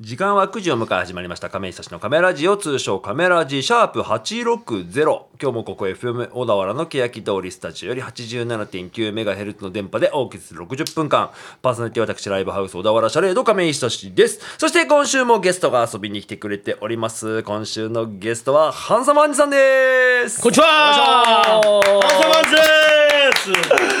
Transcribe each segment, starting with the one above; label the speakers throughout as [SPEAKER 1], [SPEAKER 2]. [SPEAKER 1] 時間は9時を迎え始まりました亀井久志のカメラジオ通称カメラジシャープ860今日もここ FM 小田原の欅通りスタジオより 87.9MHz の電波でお送りする60分間パーソナリティは私ライブハウス小田原シャレード亀井久志ですそして今週もゲストが遊びに来てくれております今週のゲストはハンサムアンジさんです
[SPEAKER 2] こんにちは
[SPEAKER 1] お願いします
[SPEAKER 2] ンサマンです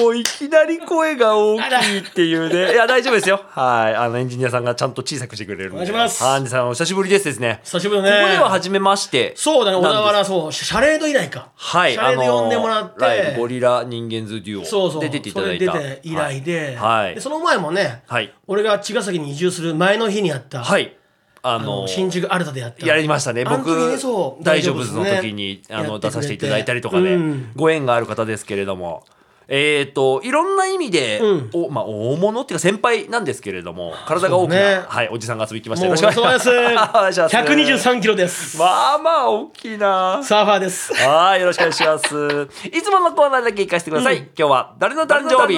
[SPEAKER 1] もういきなり声が大きいっていうね。いや、大丈夫ですよ。はい。あの、エンジニアさんがちゃんと小さくしてくれるんで。
[SPEAKER 2] お願いします
[SPEAKER 1] ハンジさん、お久しぶりですですね。
[SPEAKER 2] 久しぶりだ
[SPEAKER 1] こ
[SPEAKER 2] ね。
[SPEAKER 1] こでは初めまして。
[SPEAKER 2] そうだ
[SPEAKER 1] な
[SPEAKER 2] ね、
[SPEAKER 1] ん
[SPEAKER 2] 小
[SPEAKER 1] です
[SPEAKER 2] 田原、そう、シャレード以来か。
[SPEAKER 1] はい。
[SPEAKER 2] シャレード呼んでもらっ
[SPEAKER 1] あのライブ
[SPEAKER 2] て、
[SPEAKER 1] ゴリラ人間ズデュオ
[SPEAKER 2] そうそう、
[SPEAKER 1] で出ていただいた。
[SPEAKER 2] それ出て以来で、
[SPEAKER 1] はいはい
[SPEAKER 2] でその前もね、
[SPEAKER 1] はい
[SPEAKER 2] 俺が茅ヶ崎に移住する前の日にやった、
[SPEAKER 1] はい。はいあ
[SPEAKER 2] あの
[SPEAKER 1] の、
[SPEAKER 2] 新宿新たでやった。
[SPEAKER 1] やりましたね。
[SPEAKER 2] あの時ね
[SPEAKER 1] 僕
[SPEAKER 2] そ、う
[SPEAKER 1] 大丈夫ズの
[SPEAKER 2] 大丈夫ですね
[SPEAKER 1] 時に、あ
[SPEAKER 2] や
[SPEAKER 1] の、
[SPEAKER 2] ってくれて
[SPEAKER 1] 出させていただいたりとかね
[SPEAKER 2] うん。
[SPEAKER 1] ご縁がある方ですけれども。えー、といろんな意味で、
[SPEAKER 2] うん
[SPEAKER 1] おまあ、大物っていうか先輩なんですけれども体が大きな、
[SPEAKER 2] そうだね
[SPEAKER 1] はい、おじさんが遊びに来ました
[SPEAKER 2] もう、
[SPEAKER 1] よ
[SPEAKER 2] お
[SPEAKER 1] ろしく お願
[SPEAKER 2] 願
[SPEAKER 1] い
[SPEAKER 2] い
[SPEAKER 1] し
[SPEAKER 2] し
[SPEAKER 1] ま
[SPEAKER 2] ますす。123キロです。
[SPEAKER 1] まあまあ大きいな。
[SPEAKER 2] サーファーです。
[SPEAKER 1] はい、よろしくお願いします。いつものコーナーだけ行かせてください。今日は誰の誕生日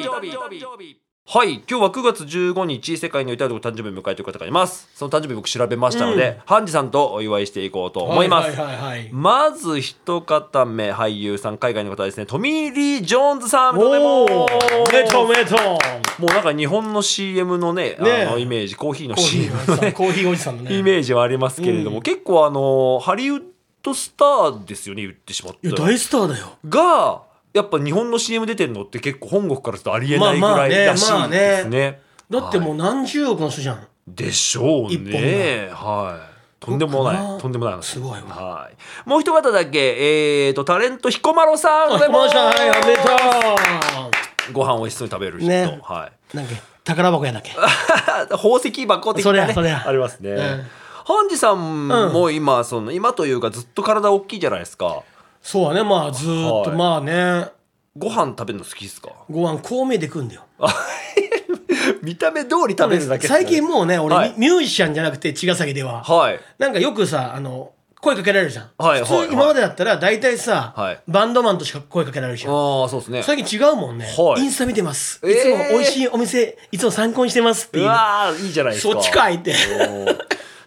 [SPEAKER 1] はい、今日は9月15日、世界に至るとこ誕生日を迎えている方がいます。その誕生日僕調べましたので、ハンジさんとお祝いしていこうと思います。
[SPEAKER 2] はいはいはいはい。
[SPEAKER 1] まず一方目、俳優さん、海外の方ですね、トミー・リー・ジョーンズさん、おめでとうございます
[SPEAKER 2] おめでとうおめでとう。
[SPEAKER 1] もうなんか日本の CM のね、
[SPEAKER 2] ね
[SPEAKER 1] あのイメージ、コーヒーの
[SPEAKER 2] コーヒ
[SPEAKER 1] CM のね
[SPEAKER 2] ー、コーヒーおじさんのね。
[SPEAKER 1] イメージはありますけれども、結構あのハリウッドスターですよね言ってしまっ
[SPEAKER 2] いや、
[SPEAKER 1] たら
[SPEAKER 2] 大スターだよ。
[SPEAKER 1] がやっぱ日本の CM 出てるのって結構本国からするとありえないぐ
[SPEAKER 2] まあま
[SPEAKER 1] ら
[SPEAKER 2] あ
[SPEAKER 1] い
[SPEAKER 2] ね
[SPEAKER 1] らしいですね。
[SPEAKER 2] だっても
[SPEAKER 1] は
[SPEAKER 2] う何十億の人じゃん。
[SPEAKER 1] いでしょう
[SPEAKER 2] 一本
[SPEAKER 1] ね。はい。とんでも
[SPEAKER 2] 僕
[SPEAKER 1] な、
[SPEAKER 2] はい
[SPEAKER 1] とんでもない話。
[SPEAKER 2] すごいわ
[SPEAKER 1] はい。もう一方だけ、えーと、タレント、彦摩呂さん。
[SPEAKER 2] あ、彦摩呂さん、はい、おめでと
[SPEAKER 1] う。ご飯を美味しそうに食べる人。
[SPEAKER 2] ね
[SPEAKER 1] はい。
[SPEAKER 2] う。なんか、宝箱やだっけ。
[SPEAKER 1] 宝石箱的なね
[SPEAKER 2] そりゃそりゃ
[SPEAKER 1] ありますね、
[SPEAKER 2] うん
[SPEAKER 1] ハンジさんも今その今というかずっと体大きいじゃないですか
[SPEAKER 2] そうだね、まあ、ずーっと、
[SPEAKER 1] はい
[SPEAKER 2] まあね、
[SPEAKER 1] ご飯食べるの好き ですか
[SPEAKER 2] ご飯こう見えてくんだよ。
[SPEAKER 1] 見た目通り食べるだけっすね
[SPEAKER 2] 最近もうね、俺、
[SPEAKER 1] はい
[SPEAKER 2] ミュージシャンじゃなくて、茅ヶ崎では。
[SPEAKER 1] はい
[SPEAKER 2] なんかよくさ、あの、声かけられるじゃん。
[SPEAKER 1] はいはいは
[SPEAKER 2] 普
[SPEAKER 1] い
[SPEAKER 2] 通、今までだったら、大体さ、
[SPEAKER 1] はい
[SPEAKER 2] バンドマンとしか声かけられるじゃん。
[SPEAKER 1] ああそうですね
[SPEAKER 2] 最近違うもんね、
[SPEAKER 1] はい
[SPEAKER 2] インスタ見てます。
[SPEAKER 1] えー
[SPEAKER 2] いつも美味しいお店、いつも参考にしてますって
[SPEAKER 1] う
[SPEAKER 2] いう。
[SPEAKER 1] わーいいじゃないですか
[SPEAKER 2] そっちかいって。
[SPEAKER 1] おー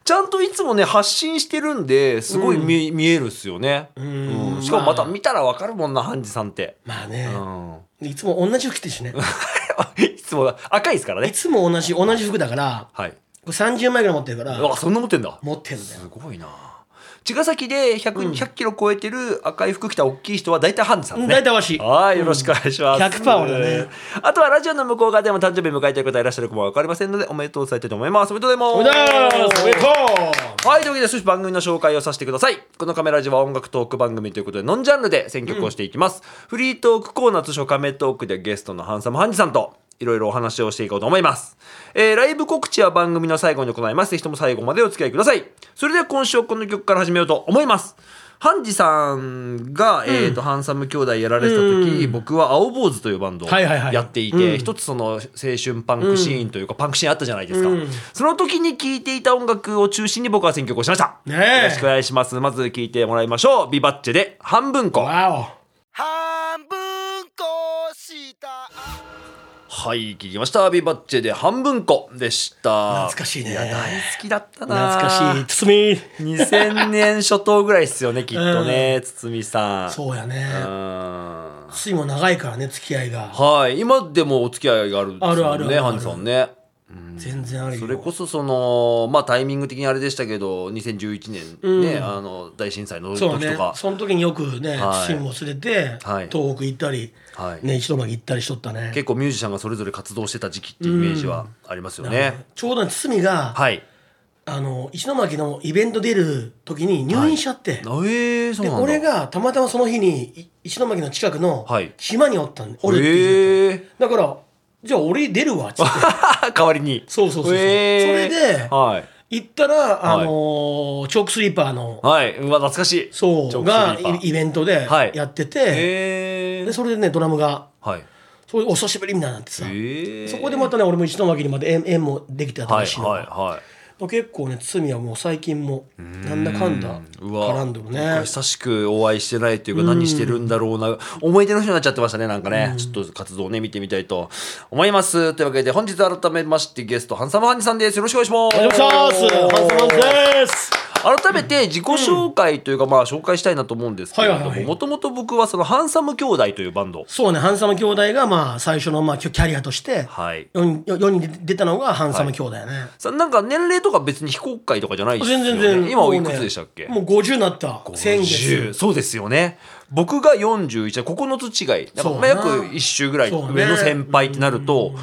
[SPEAKER 1] ちゃんといつもね発信してるんですごい見,、見えるっすよね、
[SPEAKER 2] ん
[SPEAKER 1] うんしかもまた見たらわかるもんなハンジさんって、
[SPEAKER 2] まあね、
[SPEAKER 1] うん、
[SPEAKER 2] いつも同じ服着てるしね。
[SPEAKER 1] いつも赤いですから
[SPEAKER 2] い
[SPEAKER 1] ね
[SPEAKER 2] つも同じ、同じ服だから、
[SPEAKER 1] はい
[SPEAKER 2] これ30枚ぐらい持ってるから
[SPEAKER 1] う、わそんな持ってんだ
[SPEAKER 2] 持ってるんだよ
[SPEAKER 1] す。ごいな茅ヶ崎で 100,、100キロ超えてる赤い服着た大きい人は大体ハンズさん
[SPEAKER 2] う
[SPEAKER 1] ね
[SPEAKER 2] ん大体わし。
[SPEAKER 1] はいよろしくお願いします、
[SPEAKER 2] 100%俺だね
[SPEAKER 1] あとはラジオの向こう側でも誕生日迎えてる方いらっしゃるかも分かりませんのでおめでとう伝えたいと思いますおめでとう
[SPEAKER 2] お
[SPEAKER 1] ご
[SPEAKER 2] めで
[SPEAKER 1] ざ
[SPEAKER 2] と
[SPEAKER 1] います
[SPEAKER 2] うおめでとう
[SPEAKER 1] はい、というわけで少し番組の紹介をさせてください。このカメラジは音楽トーク番組ということで、ノンジャンルで選曲をしていきます。フリートークコーナーと初カメトークでゲストのハンサムハンジさんと、いろいろお話をしていこうと思います。えー、ライブ告知は番組の最後に行います。ぜひとも最後までお付き合いください。それでは今週はこの曲から始めようと思います。ハンジさんが、えーと、ハンサム兄弟やられてた時、僕は青坊主というバンドを
[SPEAKER 2] はいはいはい
[SPEAKER 1] やっていて、一つその青春パンクシーンというか、パンクシーンあったじゃないですか。その時に聴いていた音楽を中心に僕は選曲をしました。
[SPEAKER 2] ねえ
[SPEAKER 1] よろしくお願いします。まず聴いてもらいましょう。ビバッチェで半分こ。
[SPEAKER 2] わ
[SPEAKER 3] 半分こした
[SPEAKER 1] はい、聴きました。ビバッチェで半分こでした。
[SPEAKER 2] 懐かしいね
[SPEAKER 1] や、大好きだった
[SPEAKER 2] お
[SPEAKER 1] な。
[SPEAKER 2] 懐かしい。堤
[SPEAKER 1] 2000年初頭ぐらいです よね、きっとね、堤さん。う
[SPEAKER 2] そうや
[SPEAKER 1] ー
[SPEAKER 2] ね。
[SPEAKER 1] ん。
[SPEAKER 2] 堤も長いからね、付き合いが。
[SPEAKER 1] はい、今でもお付き合いがあるんですもんね、
[SPEAKER 2] あるあるあるある
[SPEAKER 1] ハンジさんね。
[SPEAKER 2] 全然あるよ。
[SPEAKER 1] それこそそのまあタイミング的にあれでしたけど2011年ね、あの大震災の時
[SPEAKER 2] そう
[SPEAKER 1] と
[SPEAKER 2] ね
[SPEAKER 1] か、。
[SPEAKER 2] その時によくね、
[SPEAKER 1] はい
[SPEAKER 2] 堤も連れて
[SPEAKER 1] はい、
[SPEAKER 2] 東北行ったり
[SPEAKER 1] は、い
[SPEAKER 2] ね、一巻行ったりしとったね。
[SPEAKER 1] 結構ミュージシャンがそれぞれ活動してた時期っていうイメージはありますよね。
[SPEAKER 2] ちょうどね堤が、
[SPEAKER 1] はい。
[SPEAKER 2] あの、一巻のイベント出る時に入院しちゃって
[SPEAKER 1] ええ。ー、そう
[SPEAKER 2] で
[SPEAKER 1] なんだ。
[SPEAKER 2] 俺がたまたまその日にい一巻の近くの
[SPEAKER 1] はい
[SPEAKER 2] 島におったんで、俺っていう
[SPEAKER 1] ええ
[SPEAKER 2] だからじゃあ俺出るわっつって
[SPEAKER 1] 代わりに。
[SPEAKER 2] そうそうそうそう
[SPEAKER 1] えー
[SPEAKER 2] それで
[SPEAKER 1] はい
[SPEAKER 2] 行ったら、あ
[SPEAKER 1] はい
[SPEAKER 2] のーチョークスリーパーの
[SPEAKER 1] はい。うわ懐かしい。
[SPEAKER 2] そ
[SPEAKER 1] チョーク
[SPEAKER 2] うが
[SPEAKER 1] スリーパー
[SPEAKER 2] イイベントで
[SPEAKER 1] はい
[SPEAKER 2] やってて、
[SPEAKER 1] ええ
[SPEAKER 2] でそれでねドラムが
[SPEAKER 1] はい。
[SPEAKER 2] それお久しぶりみたいになってさ、
[SPEAKER 1] ええ
[SPEAKER 2] そこでまたね俺も一巻にまで縁縁もできてた
[SPEAKER 1] は
[SPEAKER 2] ら
[SPEAKER 1] い
[SPEAKER 2] しいの、
[SPEAKER 1] はいはい。
[SPEAKER 2] 結構ね堤はもう最近もなんだかんだ
[SPEAKER 1] うわ
[SPEAKER 2] 絡んでる
[SPEAKER 1] なんか
[SPEAKER 2] ね
[SPEAKER 1] 久しくお会いしてないというか何してるんだろうな思い出の人になっちゃってましたねなんかねちょっと活動をね見てみたいと思いますというわけで本日改めましてゲストハンサムハンジさんですよろしくお願いします
[SPEAKER 2] お願いしますハンサムハンジです
[SPEAKER 1] 改めて自己紹介というかまあ紹介したいなと思うんですけれ
[SPEAKER 2] はい
[SPEAKER 1] ど
[SPEAKER 2] はいは
[SPEAKER 1] も
[SPEAKER 2] い
[SPEAKER 1] もともと僕はそのハンサム兄弟というバンド
[SPEAKER 2] そうねハンサム兄弟がまあ最初のまあキャリアとして
[SPEAKER 1] はい
[SPEAKER 2] 世に世に出たのがハンサム兄弟やね、
[SPEAKER 1] さなんか年齢とか別に非公開とかじゃないですよ
[SPEAKER 2] 全
[SPEAKER 1] ね
[SPEAKER 2] 然全然
[SPEAKER 1] 今おいくつでしたっけ
[SPEAKER 2] もう50になった先
[SPEAKER 1] 10
[SPEAKER 2] 月
[SPEAKER 1] そうですよね僕が419つ違いだから
[SPEAKER 2] そう
[SPEAKER 1] まあ
[SPEAKER 2] だな
[SPEAKER 1] 約1周ぐらい
[SPEAKER 2] そう
[SPEAKER 1] 上の
[SPEAKER 2] ね
[SPEAKER 1] 先輩ってなると。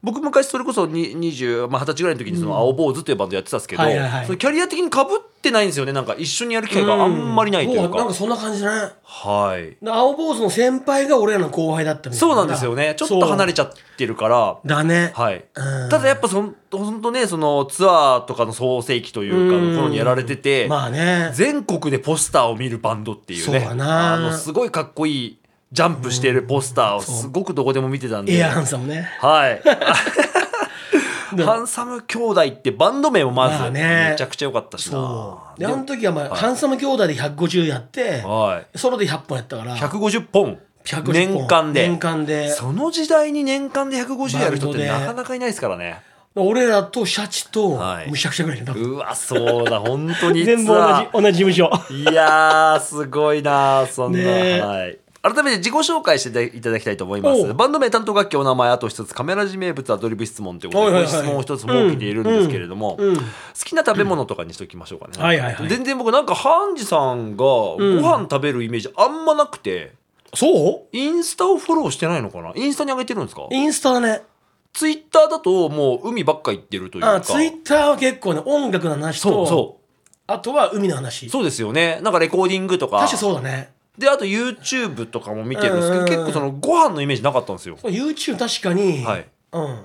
[SPEAKER 1] 僕昔それこそに20、まあ、20歳ぐらいの時にその青坊主というバンドやってたんですけど、
[SPEAKER 2] はいはいはい
[SPEAKER 1] そのキャリア的にかぶってないんですよねなんか一緒にやる機会があんまりないという
[SPEAKER 2] も
[SPEAKER 1] か,、
[SPEAKER 2] なんかそんな感じだね
[SPEAKER 1] はい
[SPEAKER 2] で青坊主の先輩が俺らの後輩だったみたい
[SPEAKER 1] そうなんですよねちょっと離れちゃってるから
[SPEAKER 2] そうだね、
[SPEAKER 1] はい、
[SPEAKER 2] うん
[SPEAKER 1] ただやっぱそん本当ねそのツアーとかの創世期というか
[SPEAKER 2] うん
[SPEAKER 1] の頃にやられてて、
[SPEAKER 2] まあね
[SPEAKER 1] 全国でポスターを見るバンドっていうね
[SPEAKER 2] そうだな
[SPEAKER 1] あのすごいかっこいいジャンプしてるポスターをすごくどこでも見てたんで
[SPEAKER 2] エアハンサムね
[SPEAKER 1] はい
[SPEAKER 2] で
[SPEAKER 1] ハンサム兄弟ってバンド名もま
[SPEAKER 2] ま
[SPEAKER 1] ず
[SPEAKER 2] あね
[SPEAKER 1] めちゃくちゃ良かったし
[SPEAKER 2] そ
[SPEAKER 1] な
[SPEAKER 2] うであの
[SPEAKER 1] で
[SPEAKER 2] 時はまあ、ハンサム兄弟で150やって
[SPEAKER 1] はい
[SPEAKER 2] ソロで100本やったから
[SPEAKER 1] 150本年
[SPEAKER 2] 150本
[SPEAKER 1] 間で
[SPEAKER 2] 年間で
[SPEAKER 1] その時代に年間で150やる人っ
[SPEAKER 2] バ
[SPEAKER 1] て
[SPEAKER 2] ンド
[SPEAKER 1] な
[SPEAKER 2] で
[SPEAKER 1] かなかいないですからね
[SPEAKER 2] 俺らとシャチと
[SPEAKER 1] はい
[SPEAKER 2] むしゃくしゃぐらいだ、多分
[SPEAKER 1] うわそうだ本当に
[SPEAKER 2] 全部
[SPEAKER 1] ツ
[SPEAKER 2] 同
[SPEAKER 1] アー
[SPEAKER 2] じ同じ事務所
[SPEAKER 1] いやー、すごいなーそんな、
[SPEAKER 2] ねえ
[SPEAKER 1] はい。改めて自己紹介していただきたいと思いま
[SPEAKER 2] お
[SPEAKER 1] す。
[SPEAKER 2] う
[SPEAKER 1] バンド名、担当楽器、お名前、あと一つ、カメラ字名物、アドリブ質問ということ
[SPEAKER 2] は
[SPEAKER 1] で、
[SPEAKER 2] いは
[SPEAKER 1] ご
[SPEAKER 2] いはい
[SPEAKER 1] 質問を一つ設けているんですけれども、
[SPEAKER 2] んうん
[SPEAKER 1] 好きな食べ物とかにしておきましょうかね。
[SPEAKER 2] うんはいはいはい
[SPEAKER 1] 全然僕、なんか、ハンジさんがご飯食べるイメージあんまなくて、
[SPEAKER 2] そう
[SPEAKER 1] インスタをフォローしてないのかなインスタに上げてるんですか
[SPEAKER 2] インスタはね
[SPEAKER 1] ツイッターだと、もう海ばっか行ってるというか。
[SPEAKER 2] あツイッターは結構ね音楽の話と
[SPEAKER 1] そうそ
[SPEAKER 2] あとは海の話
[SPEAKER 1] う。そうですよね。なんか、レコーディングとか。
[SPEAKER 2] 確かそうだね
[SPEAKER 1] であと YouTube とかも見てるんですけど
[SPEAKER 2] うん
[SPEAKER 1] 結構そのご飯のイメージなかったんですよ
[SPEAKER 2] そう YouTube 確かに、
[SPEAKER 1] はい
[SPEAKER 2] うん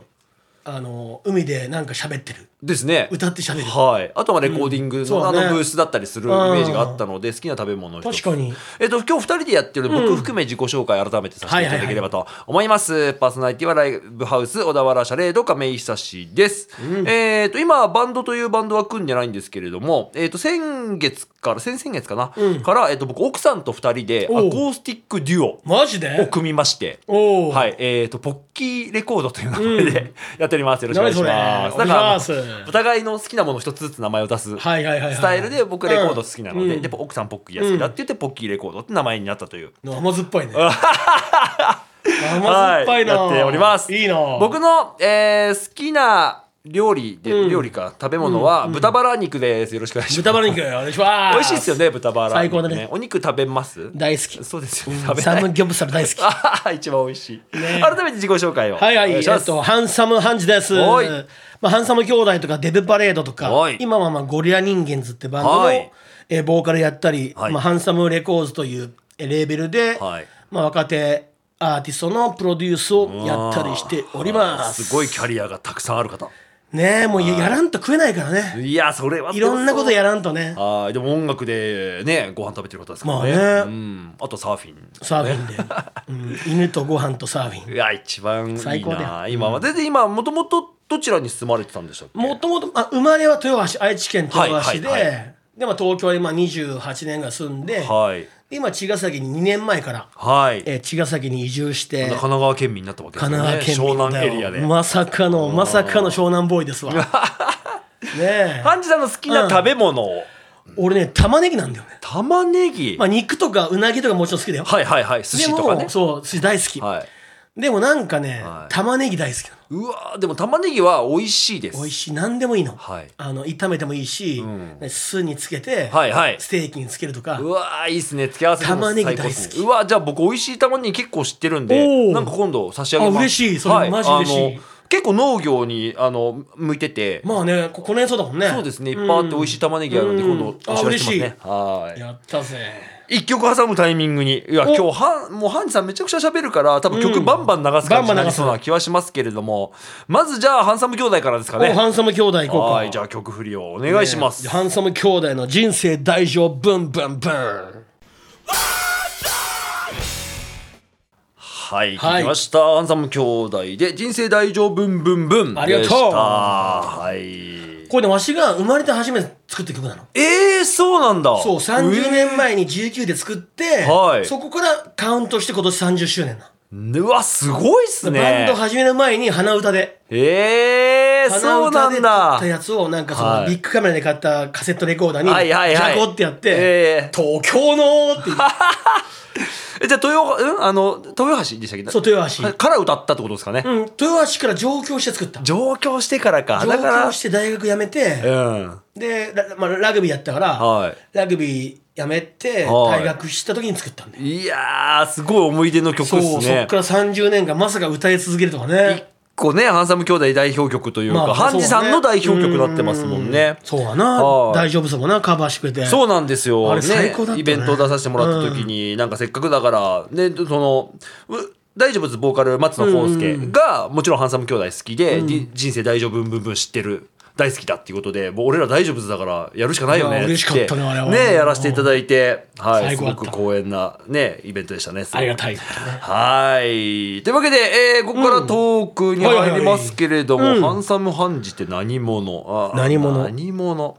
[SPEAKER 2] あの海でなんか喋ってる
[SPEAKER 1] ですね
[SPEAKER 2] 歌って喋る
[SPEAKER 1] はいあとはレコーディング
[SPEAKER 2] うんそう
[SPEAKER 1] のあ
[SPEAKER 2] だね
[SPEAKER 1] のブースだったりするイメージがあったので好きな食べ物の一つ
[SPEAKER 2] 確かに
[SPEAKER 1] えっと今日2人でやってるので僕含め自己紹介改めてさせていただければと思います、パーソナリティはライブハウス小田原シャレード亀井久志です、えっと今バンドというバンドは組んでないんですけれども、えっと先月から先々月かな、から、えっと僕奥さんと2人でアコ
[SPEAKER 2] おう
[SPEAKER 1] ースティックデュオ
[SPEAKER 2] マジ
[SPEAKER 1] を
[SPEAKER 2] で
[SPEAKER 1] 組みまして
[SPEAKER 2] おお
[SPEAKER 1] はい、えっ、と、ポッキーレコードという名前で、 やっております。よろしくお願いします。か
[SPEAKER 2] 何それお願いし
[SPEAKER 1] ら
[SPEAKER 2] ます
[SPEAKER 1] お互いの好きなものを一つずつ名前を出す。
[SPEAKER 2] はいはいはいはい
[SPEAKER 1] スタイルで僕レコード好きなので、
[SPEAKER 2] うん
[SPEAKER 1] で奥さんポッキーが好きだって言って、ポッキーレコードって名前になったという。
[SPEAKER 2] 甘酸 っぱいね甘酸っぱいな、
[SPEAKER 1] はい、やっております。
[SPEAKER 2] いいな
[SPEAKER 1] 僕の、えー好きな料理で、料理か食べ物は豚バラ肉です。よろしくお願いします。
[SPEAKER 2] 豚バラ肉お願いします
[SPEAKER 1] 美味しいですよね、豚バラ、
[SPEAKER 2] 最高だね
[SPEAKER 1] お肉食べます。
[SPEAKER 2] 大好き
[SPEAKER 1] そうですよね。食べ
[SPEAKER 2] サ
[SPEAKER 1] ない。
[SPEAKER 2] ムギョプサル大好 き
[SPEAKER 1] あはは一番美味しい。改めて自己紹介を。
[SPEAKER 2] はいはい、
[SPEAKER 1] お願
[SPEAKER 2] え
[SPEAKER 1] しま
[SPEAKER 2] っ
[SPEAKER 1] す
[SPEAKER 2] と、ハンサムハンジです。
[SPEAKER 1] はい
[SPEAKER 2] まあ、ハンサム兄弟とか、デブパレードとか
[SPEAKER 1] はい、
[SPEAKER 2] 今はまあ、ゴリラ人間ズってバンドの、
[SPEAKER 1] はい
[SPEAKER 2] えーボーカルやったり、
[SPEAKER 1] はい
[SPEAKER 2] まあ、ハンサムレコーズというえーレーベルで、
[SPEAKER 1] はい
[SPEAKER 2] まあ、若手アーティストのプロデュースをやったりしております。
[SPEAKER 1] すごいキャリアがたくさんある方
[SPEAKER 2] ねえ、もうややらんと食えないからね。
[SPEAKER 1] いやそれはい
[SPEAKER 2] ろんなことやらんとね、
[SPEAKER 1] はいでも音楽でねご飯食べてる方ですからね,、
[SPEAKER 2] まあ
[SPEAKER 1] う
[SPEAKER 2] ね
[SPEAKER 1] ん、あとサーフィン
[SPEAKER 2] サーフィンで。 うん犬とご飯とサーフィ
[SPEAKER 1] い
[SPEAKER 2] ン。
[SPEAKER 1] や一番いい
[SPEAKER 2] 最高だ
[SPEAKER 1] な今はでで今もともとどちらに住まれてたんでしたっけ
[SPEAKER 2] もともと、あ生まれは豊橋、愛知県豊橋で、
[SPEAKER 1] はいはいは
[SPEAKER 2] で、まあ、東京にまあ28年が住んで、
[SPEAKER 1] はい
[SPEAKER 2] 今茅ヶ崎に2年前から、
[SPEAKER 1] はい、
[SPEAKER 2] えー茅ヶ崎に移住して
[SPEAKER 1] 神奈川県民になったわけです
[SPEAKER 2] 神
[SPEAKER 1] ね
[SPEAKER 2] 奈川県
[SPEAKER 1] 湘
[SPEAKER 2] 民
[SPEAKER 1] 南
[SPEAKER 2] だ
[SPEAKER 1] エ
[SPEAKER 2] よ
[SPEAKER 1] リアで、
[SPEAKER 2] まさかのまさかの湘南ボーイで すわねえ
[SPEAKER 1] ハンジさんの好きな食べ物、
[SPEAKER 2] 俺ね玉ねぎなんだよね、
[SPEAKER 1] 玉ねぎ、
[SPEAKER 2] まあ、肉とかうなぎとかもちろん好きだよ
[SPEAKER 1] はいはいはい寿司とか
[SPEAKER 2] で
[SPEAKER 1] ね
[SPEAKER 2] もそう寿司大好き、
[SPEAKER 1] はい
[SPEAKER 2] でもなんかね、
[SPEAKER 1] はい
[SPEAKER 2] 玉ねぎ大好きな
[SPEAKER 1] うわーでも玉ねぎは美味しいです
[SPEAKER 2] の美味しい何でもいいの,、
[SPEAKER 1] はい
[SPEAKER 2] あの炒めてもいいし、
[SPEAKER 1] う
[SPEAKER 2] 酢につけて、
[SPEAKER 1] はいはい
[SPEAKER 2] ステーキにつけるとか
[SPEAKER 1] うわーいいっすね付け合わせでも
[SPEAKER 2] 玉ねぎ
[SPEAKER 1] 最高っすね
[SPEAKER 2] 大好き
[SPEAKER 1] うわーじゃあ僕美味しい玉ねぎ結構知ってるん
[SPEAKER 2] お
[SPEAKER 1] で
[SPEAKER 2] ー
[SPEAKER 1] なんか今度差し上げます
[SPEAKER 2] あ嬉しいそれマジ嬉しい
[SPEAKER 1] あの結構農業にあの向いてて、
[SPEAKER 2] まあねここの辺そうだもんね
[SPEAKER 1] そうですねいっぱいあって美味しい玉ねぎあるんで
[SPEAKER 2] うん
[SPEAKER 1] 今度お知らせしますねは
[SPEAKER 2] うん
[SPEAKER 1] い
[SPEAKER 2] やったぜ
[SPEAKER 1] 一曲挟むタイミングにいや
[SPEAKER 2] お
[SPEAKER 1] 今日はもうハンジさんめちゃくちゃ喋るから多分曲バンバン流す感じになりそうな気はしますけれどもまずじゃあハンサム兄弟からですか
[SPEAKER 2] お
[SPEAKER 1] ね
[SPEAKER 2] ハンサム兄弟行こうか
[SPEAKER 1] はいじゃあ曲振りをお願いします、
[SPEAKER 2] ねハンサム兄弟の人生大乗ブンブンブン。
[SPEAKER 1] はい、
[SPEAKER 2] はい
[SPEAKER 1] 聞きました。アンサム兄弟で人生大丈夫ブンブンブンでした。
[SPEAKER 2] ありがとう
[SPEAKER 1] はい。
[SPEAKER 2] これねわしが生まれて初めて作った曲なの
[SPEAKER 1] えー、そうなんだ
[SPEAKER 2] そう30
[SPEAKER 1] え
[SPEAKER 2] 年前に19で作って、
[SPEAKER 1] はい
[SPEAKER 2] そこからカウントして今年30周年な
[SPEAKER 1] ーうわすごいっす
[SPEAKER 2] の、
[SPEAKER 1] ね
[SPEAKER 2] バンド始める前に鼻歌で
[SPEAKER 1] えー、
[SPEAKER 2] 鼻
[SPEAKER 1] そう
[SPEAKER 2] 歌
[SPEAKER 1] な
[SPEAKER 2] で
[SPEAKER 1] ん
[SPEAKER 2] 撮っ
[SPEAKER 1] だ
[SPEAKER 2] たやつをなんかそ
[SPEAKER 1] は
[SPEAKER 2] の
[SPEAKER 1] い
[SPEAKER 2] ビッグカメラで買ったカセットレコーダーに
[SPEAKER 1] はいはいはい
[SPEAKER 2] ジャコってやって「
[SPEAKER 1] えー
[SPEAKER 2] 東京の」って 言って
[SPEAKER 1] えじゃあ豊,、うん、あの豊橋でしたっけ
[SPEAKER 2] そう豊橋
[SPEAKER 1] あから歌ったってことですかね、
[SPEAKER 2] うん豊橋から上京して作った
[SPEAKER 1] 上京してからか
[SPEAKER 2] 上
[SPEAKER 1] だから
[SPEAKER 2] 京して大学辞め
[SPEAKER 1] う
[SPEAKER 2] て
[SPEAKER 1] ん
[SPEAKER 2] でラ,、まあ、ラグビーやったから、
[SPEAKER 1] はい
[SPEAKER 2] ラグビー辞めて
[SPEAKER 1] はい
[SPEAKER 2] 退学した時に作ったんだよ
[SPEAKER 1] いやーすごい思い出の曲っす
[SPEAKER 2] そう
[SPEAKER 1] ね
[SPEAKER 2] そっから30年間まさか歌い続けるとかね
[SPEAKER 1] 一個ねハンサム兄弟代表曲というか、ハンジさんの代表曲になってますもんね
[SPEAKER 2] そうだな
[SPEAKER 1] はい
[SPEAKER 2] 大丈夫そうもなカバーしてくれて
[SPEAKER 1] そうなんですよ、
[SPEAKER 2] あれ最高だったね
[SPEAKER 1] イベントを出させてもらった時に、なんかせっかくだからねそのう大丈夫ですボーカル松野浩介が、もちろんハンサム兄弟好きで、じ人生大丈夫ブンブンブン知ってる大好きだっていうことでもう俺ら大丈夫ですだからやるしかないよ
[SPEAKER 2] い
[SPEAKER 1] ね
[SPEAKER 2] や嬉しかったね
[SPEAKER 1] て
[SPEAKER 2] あれは
[SPEAKER 1] ねやらせていただいて、はい、
[SPEAKER 2] 最
[SPEAKER 1] す
[SPEAKER 2] 高だ
[SPEAKER 1] ご
[SPEAKER 2] った
[SPEAKER 1] く光栄な、ね、イベントでしたねすごく
[SPEAKER 2] ありがたいことね
[SPEAKER 1] はいというわけで、えーここからトークに入りますけれども、
[SPEAKER 2] はいはいはいうん
[SPEAKER 1] ハンサムハンジって何者あ
[SPEAKER 2] 何者
[SPEAKER 1] 何者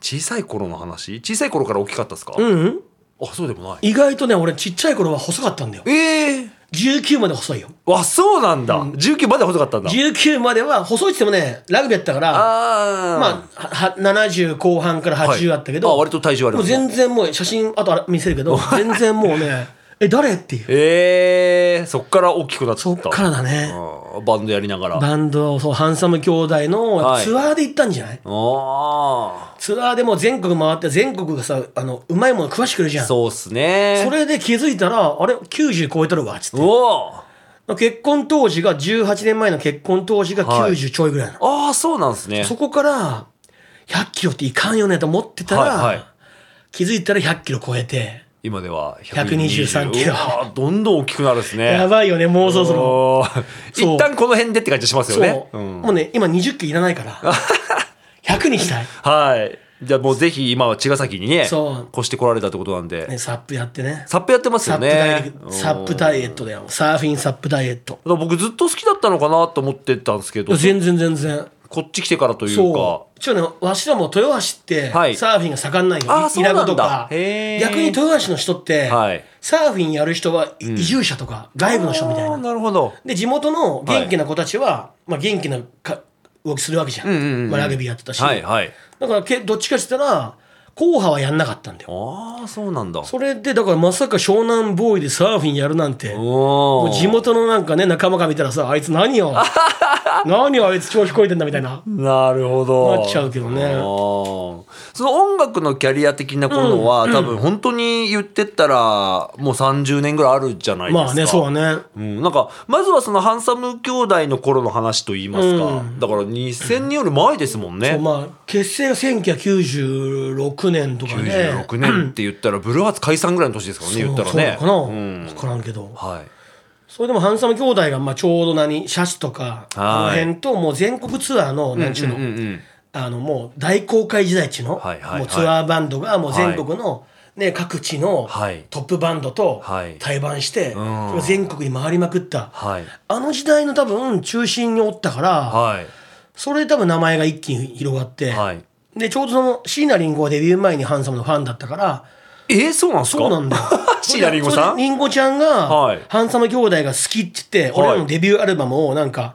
[SPEAKER 1] 小さい頃の話小さい頃から大きかったですか、
[SPEAKER 2] うんうん
[SPEAKER 1] あそうでもない
[SPEAKER 2] 意外とね俺ちっちゃい頃は細かったんだよ
[SPEAKER 1] ええ
[SPEAKER 2] 19まで細いよ
[SPEAKER 1] ー、あそうなんだ、19まで細かったんだ
[SPEAKER 2] 19までは細いって言ってもねラグビーやったから
[SPEAKER 1] ああ
[SPEAKER 2] まあは70後半から80あったけど、
[SPEAKER 1] はいあ割と体重あり
[SPEAKER 2] も
[SPEAKER 1] ま
[SPEAKER 2] う
[SPEAKER 1] す
[SPEAKER 2] 全然もう写真あとあれ見せる けど全然もうねえ誰っていう
[SPEAKER 1] ええー、そっから大きくなった
[SPEAKER 2] そっからだね
[SPEAKER 1] うんバンドやりながらあ
[SPEAKER 2] バンドそうハンサム兄弟の
[SPEAKER 1] はい
[SPEAKER 2] ツアーで行ったんじゃない、
[SPEAKER 1] あ
[SPEAKER 2] ツアーでもう全国回って全国がさあのうまいもの食わしてくれるじゃんそ
[SPEAKER 1] そうっすね
[SPEAKER 2] れで気づいたらあれ90超えたるわっつっ
[SPEAKER 1] うおー
[SPEAKER 2] て結婚当時が18年前の結婚当時が
[SPEAKER 1] はい
[SPEAKER 2] 90ちょいぐらいなの、
[SPEAKER 1] ああそうなんですね
[SPEAKER 2] そこから100キロっていかんよねと思ってたら、
[SPEAKER 1] はいはい
[SPEAKER 2] 気づいたら100キロ超えて、
[SPEAKER 1] 今では
[SPEAKER 2] 123キロ
[SPEAKER 1] うわどんどん大きくなるですね
[SPEAKER 2] やばいよねもうそろそろ
[SPEAKER 1] おー
[SPEAKER 2] そう
[SPEAKER 1] 一旦この辺でって感じしますよ
[SPEAKER 2] そう、
[SPEAKER 1] ねうん
[SPEAKER 2] もうね今20キロいらないから 100にしたい、
[SPEAKER 1] はいじゃあもうぜひ今は茅ヶ崎にね
[SPEAKER 2] そう
[SPEAKER 1] 越してこられたってことなんで、
[SPEAKER 2] ね、サップやってね
[SPEAKER 1] サップやってます
[SPEAKER 2] サ
[SPEAKER 1] よ
[SPEAKER 2] ップダイエ
[SPEAKER 1] ね
[SPEAKER 2] ットサップダイエットだよサーフィンサップダイエット
[SPEAKER 1] うん僕ずっと好きだったのかなと思ってたんですけど
[SPEAKER 2] 全然全然
[SPEAKER 1] こっち来てからというか
[SPEAKER 2] そうちょっとねわしらも豊橋って
[SPEAKER 1] はい
[SPEAKER 2] サーフィンが盛んないよ、
[SPEAKER 1] あー
[SPEAKER 2] い、稲
[SPEAKER 1] そうな
[SPEAKER 2] 子
[SPEAKER 1] んだ
[SPEAKER 2] とか
[SPEAKER 1] へー
[SPEAKER 2] 逆に豊橋の人って、
[SPEAKER 1] はい
[SPEAKER 2] サーフィンやる人は移住者とか外部の人みたい
[SPEAKER 1] あ
[SPEAKER 2] な
[SPEAKER 1] ーなるほど
[SPEAKER 2] で地元の元気な子たちは、まあ、元気なか動きするわけじゃん,、
[SPEAKER 1] んうんうんうん
[SPEAKER 2] まあ、ラグビーやってたし、
[SPEAKER 1] はいはい
[SPEAKER 2] だからけどっちかして言ったら硬派はやんなかったんだよ
[SPEAKER 1] ああそうなんだ
[SPEAKER 2] それでだからまさか湘南ボーイでサーフィンやるなんて
[SPEAKER 1] お
[SPEAKER 2] もう
[SPEAKER 1] ー
[SPEAKER 2] 地元のなんかね仲間が見たらさあいつ何 よ何よあいつ調子こいてんだみたいな
[SPEAKER 1] なるほど
[SPEAKER 2] なっちゃうけどね
[SPEAKER 1] あーその音楽のキャリア的なものは、多分本当に言ってったらもう30年ぐらいあるじゃないですか
[SPEAKER 2] まあねそうだね
[SPEAKER 1] うん、なんかまずはそのハンサム兄弟の頃の話といいますか、だから2000年より前ですもんね、
[SPEAKER 2] そうまあ結成が1996年とかで、
[SPEAKER 1] 96年って言ったらブルーハーツ解散ぐらいの年ですからね言ったらね
[SPEAKER 2] そうそうか
[SPEAKER 1] う
[SPEAKER 2] な、
[SPEAKER 1] ん
[SPEAKER 2] 分からんけど
[SPEAKER 1] はい、
[SPEAKER 2] それでもハンサム兄弟がまあちょうど何シャチとかあの辺ともう全国ツアーのなんちゅうの、
[SPEAKER 1] うんうん
[SPEAKER 2] あのもう大公開時代っちゅうの、
[SPEAKER 1] はいはいはい
[SPEAKER 2] もうツアーバンドがもう全国の、ね、各地の
[SPEAKER 1] はい
[SPEAKER 2] トップバンドと
[SPEAKER 1] はい
[SPEAKER 2] 対バンして、
[SPEAKER 1] ん
[SPEAKER 2] それを全国に回りまくった、
[SPEAKER 1] はい
[SPEAKER 2] あの時代の多分中心におったから、
[SPEAKER 1] はい
[SPEAKER 2] それで多分名前が一気に広がって、
[SPEAKER 1] はい
[SPEAKER 2] でちょうどその椎名林檎がデビュー前にハンサムのファンだったから
[SPEAKER 1] えー、そうなんですか
[SPEAKER 2] そ うなんだよ
[SPEAKER 1] 椎名林檎さん
[SPEAKER 2] それでリンゴちゃんが、
[SPEAKER 1] はい
[SPEAKER 2] ハンサム兄弟が好きって言って、
[SPEAKER 1] い
[SPEAKER 2] 俺らのデビューアルバムをなんか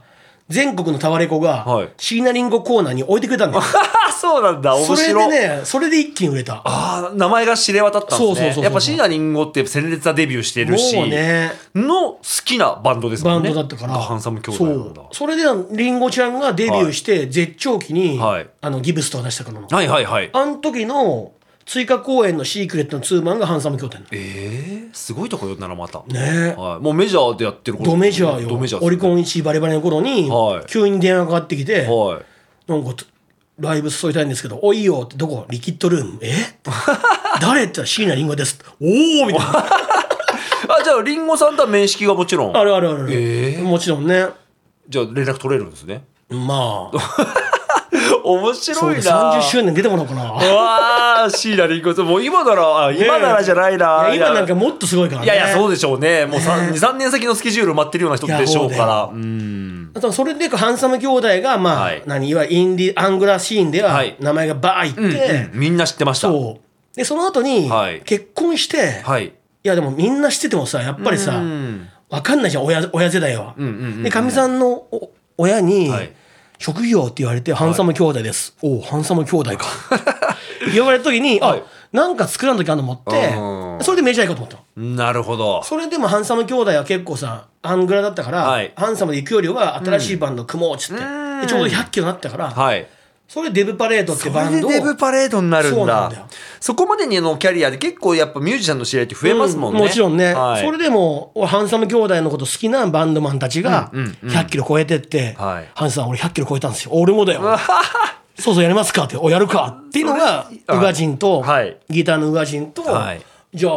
[SPEAKER 2] 全国のタワレコが、
[SPEAKER 1] はい
[SPEAKER 2] 椎名林檎コーナーに置いてくれたんだよ
[SPEAKER 1] あそうなんだ 面
[SPEAKER 2] そ
[SPEAKER 1] 白
[SPEAKER 2] れでねそれで一気に売れた
[SPEAKER 1] あー名前が知れ渡ったんですね
[SPEAKER 2] そうそうそうそう
[SPEAKER 1] やっぱ椎名林檎って鮮烈なデビューして
[SPEAKER 2] も
[SPEAKER 1] るし
[SPEAKER 2] うね
[SPEAKER 1] の好きなバンドです
[SPEAKER 2] バ
[SPEAKER 1] も
[SPEAKER 2] ン
[SPEAKER 1] んね
[SPEAKER 2] ドだったから、
[SPEAKER 1] ハンサム兄弟なんだ
[SPEAKER 2] そうそれでリンゴちゃんがデビューして絶頂期に、
[SPEAKER 1] はい
[SPEAKER 2] あのギブスとか出したからの、
[SPEAKER 1] はいはいはい
[SPEAKER 2] あの時の追加公演のシークレットのツーマンがハンサム兄弟なの
[SPEAKER 1] えー、すごいとこよならまた
[SPEAKER 2] ね
[SPEAKER 1] はい、もうメジャーでやってること
[SPEAKER 2] ドメジャーよ
[SPEAKER 1] ドメジャー
[SPEAKER 2] オリコン1位バレバレの頃に、
[SPEAKER 1] はい
[SPEAKER 2] 急に電話がかかってきて、
[SPEAKER 1] ンはい
[SPEAKER 2] なんかライブ誘いたいんですけど「おいいよ」って「どこリキッドルームえ誰?」って言ったら「椎名林檎です」おお!」みたいな
[SPEAKER 1] あじゃあリンゴさんとは面識がもちろん
[SPEAKER 2] あるあるあるある、
[SPEAKER 1] えー
[SPEAKER 2] もちろんね
[SPEAKER 1] じゃあ連絡取れるんですね
[SPEAKER 2] まあ
[SPEAKER 1] 面白
[SPEAKER 2] そう
[SPEAKER 1] い
[SPEAKER 2] で
[SPEAKER 1] な
[SPEAKER 2] す30周年出てもらおうかな
[SPEAKER 1] う わあ椎名林檎さんもう今ならあ今ならじゃないない
[SPEAKER 2] や今なんかもっとすごいから
[SPEAKER 1] い
[SPEAKER 2] ね
[SPEAKER 1] やいやそう
[SPEAKER 2] う
[SPEAKER 1] でしょうねもう23、3年先のスキジュール待ってるような人でしょう
[SPEAKER 2] いや
[SPEAKER 1] から
[SPEAKER 2] そう
[SPEAKER 1] うん
[SPEAKER 2] あとそれでハンサム兄弟がまあ、
[SPEAKER 1] はい
[SPEAKER 2] 何いわゆるインディアングラシーンでは
[SPEAKER 1] はい
[SPEAKER 2] 名前がバーいって、
[SPEAKER 1] うんみんな知ってました。
[SPEAKER 2] そうでその後に
[SPEAKER 1] はい
[SPEAKER 2] 結婚して、い、
[SPEAKER 1] はい。
[SPEAKER 2] やでもみんな知っててもさやっぱりさ、
[SPEAKER 1] うん
[SPEAKER 2] わかんないじゃん親親世代は。
[SPEAKER 1] うんうんうん
[SPEAKER 2] でかみさんのお親に、
[SPEAKER 1] はい
[SPEAKER 2] 職業って言われて「ハンサム兄弟です」おおハンサム兄 弟か」言われた時に、
[SPEAKER 1] はい
[SPEAKER 2] あなんか作らんときあんの持っ
[SPEAKER 1] う
[SPEAKER 2] て
[SPEAKER 1] ん
[SPEAKER 2] それでメジャー行こうと思ったの
[SPEAKER 1] なるほど。
[SPEAKER 2] それでもハンサム兄弟は結構さアングラだったから、
[SPEAKER 1] はい
[SPEAKER 2] ハンサムで行くよりは新しいバンド組もうっつって、
[SPEAKER 1] うん
[SPEAKER 2] でちょうど100キロになったから、
[SPEAKER 1] はい。
[SPEAKER 2] それでデブパレードって
[SPEAKER 1] そ
[SPEAKER 2] バ
[SPEAKER 1] れ
[SPEAKER 2] ン
[SPEAKER 1] で
[SPEAKER 2] ドを
[SPEAKER 1] デブパレードになるんだ。
[SPEAKER 2] そ
[SPEAKER 1] そう
[SPEAKER 2] なんだよ
[SPEAKER 1] こまでにのキャリアで結構やっぱミュージシャンの知り合いって増えますもんね。
[SPEAKER 2] うもちろんね、
[SPEAKER 1] はい、
[SPEAKER 2] それでも俺ハンサム兄弟のこと好きなバンドマンたちが
[SPEAKER 1] うんうんうん
[SPEAKER 2] 100キロ超えてって「
[SPEAKER 1] はい
[SPEAKER 2] ハンさん俺100キロ超えたんですよ俺もだよ」 そうそうやりますかって「おやるか」っていうのが
[SPEAKER 1] それ
[SPEAKER 2] 宇賀神と、
[SPEAKER 1] はい
[SPEAKER 2] ギターの宇賀神と、
[SPEAKER 1] はい
[SPEAKER 2] じゃあ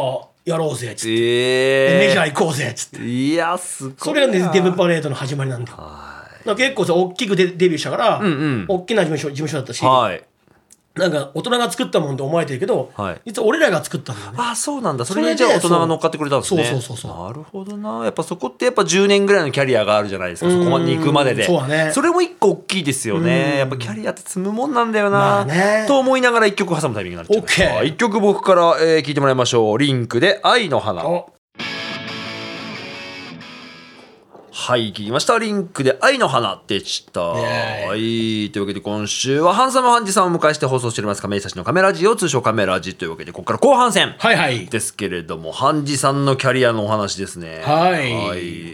[SPEAKER 2] やろうぜっつって、
[SPEAKER 1] ええ
[SPEAKER 2] メジャー行こうぜっつって
[SPEAKER 1] いや、すごいな。
[SPEAKER 2] それが、ね、デブパレードの始まりなんだよ。だから結構さ大きくデデビューしたから、
[SPEAKER 1] んうん
[SPEAKER 2] 大きな事務所事務所だったし、
[SPEAKER 1] はい。
[SPEAKER 2] なんか大人が作ったもんと思われてるけど、
[SPEAKER 1] はい
[SPEAKER 2] 実は俺らが作ったんだよね。
[SPEAKER 1] ああそうなんだそれ
[SPEAKER 2] それ
[SPEAKER 1] に
[SPEAKER 2] で
[SPEAKER 1] じゃあ大人が乗っかってくれたんですね
[SPEAKER 2] そうそうそうそう
[SPEAKER 1] なるほどなやっぱそこってやっぱ10年ぐらいのキャリアがあるじゃないですかそこまでに行くまでで
[SPEAKER 2] そうだね
[SPEAKER 1] れも一個大きいですよねやっぱキャリアって積むもんなんだよな、
[SPEAKER 2] まあね
[SPEAKER 1] と思いながら一曲挟むタイミングになっちゃう
[SPEAKER 2] OK
[SPEAKER 1] 一曲僕から、えー聞いてもらいましょうリンクで「愛の花」
[SPEAKER 2] お
[SPEAKER 1] はい、聞きました。リンクで愛の花でした。
[SPEAKER 2] エ
[SPEAKER 1] はい。というわけで今週はハンサムハンジさんをお迎えして放送しております亀井久志のカメラジオ通称カメラジというわけで、ここから後半戦
[SPEAKER 2] はいはい。
[SPEAKER 1] ですけれども、ハンジさんのキャリアのお話ですね。
[SPEAKER 2] はい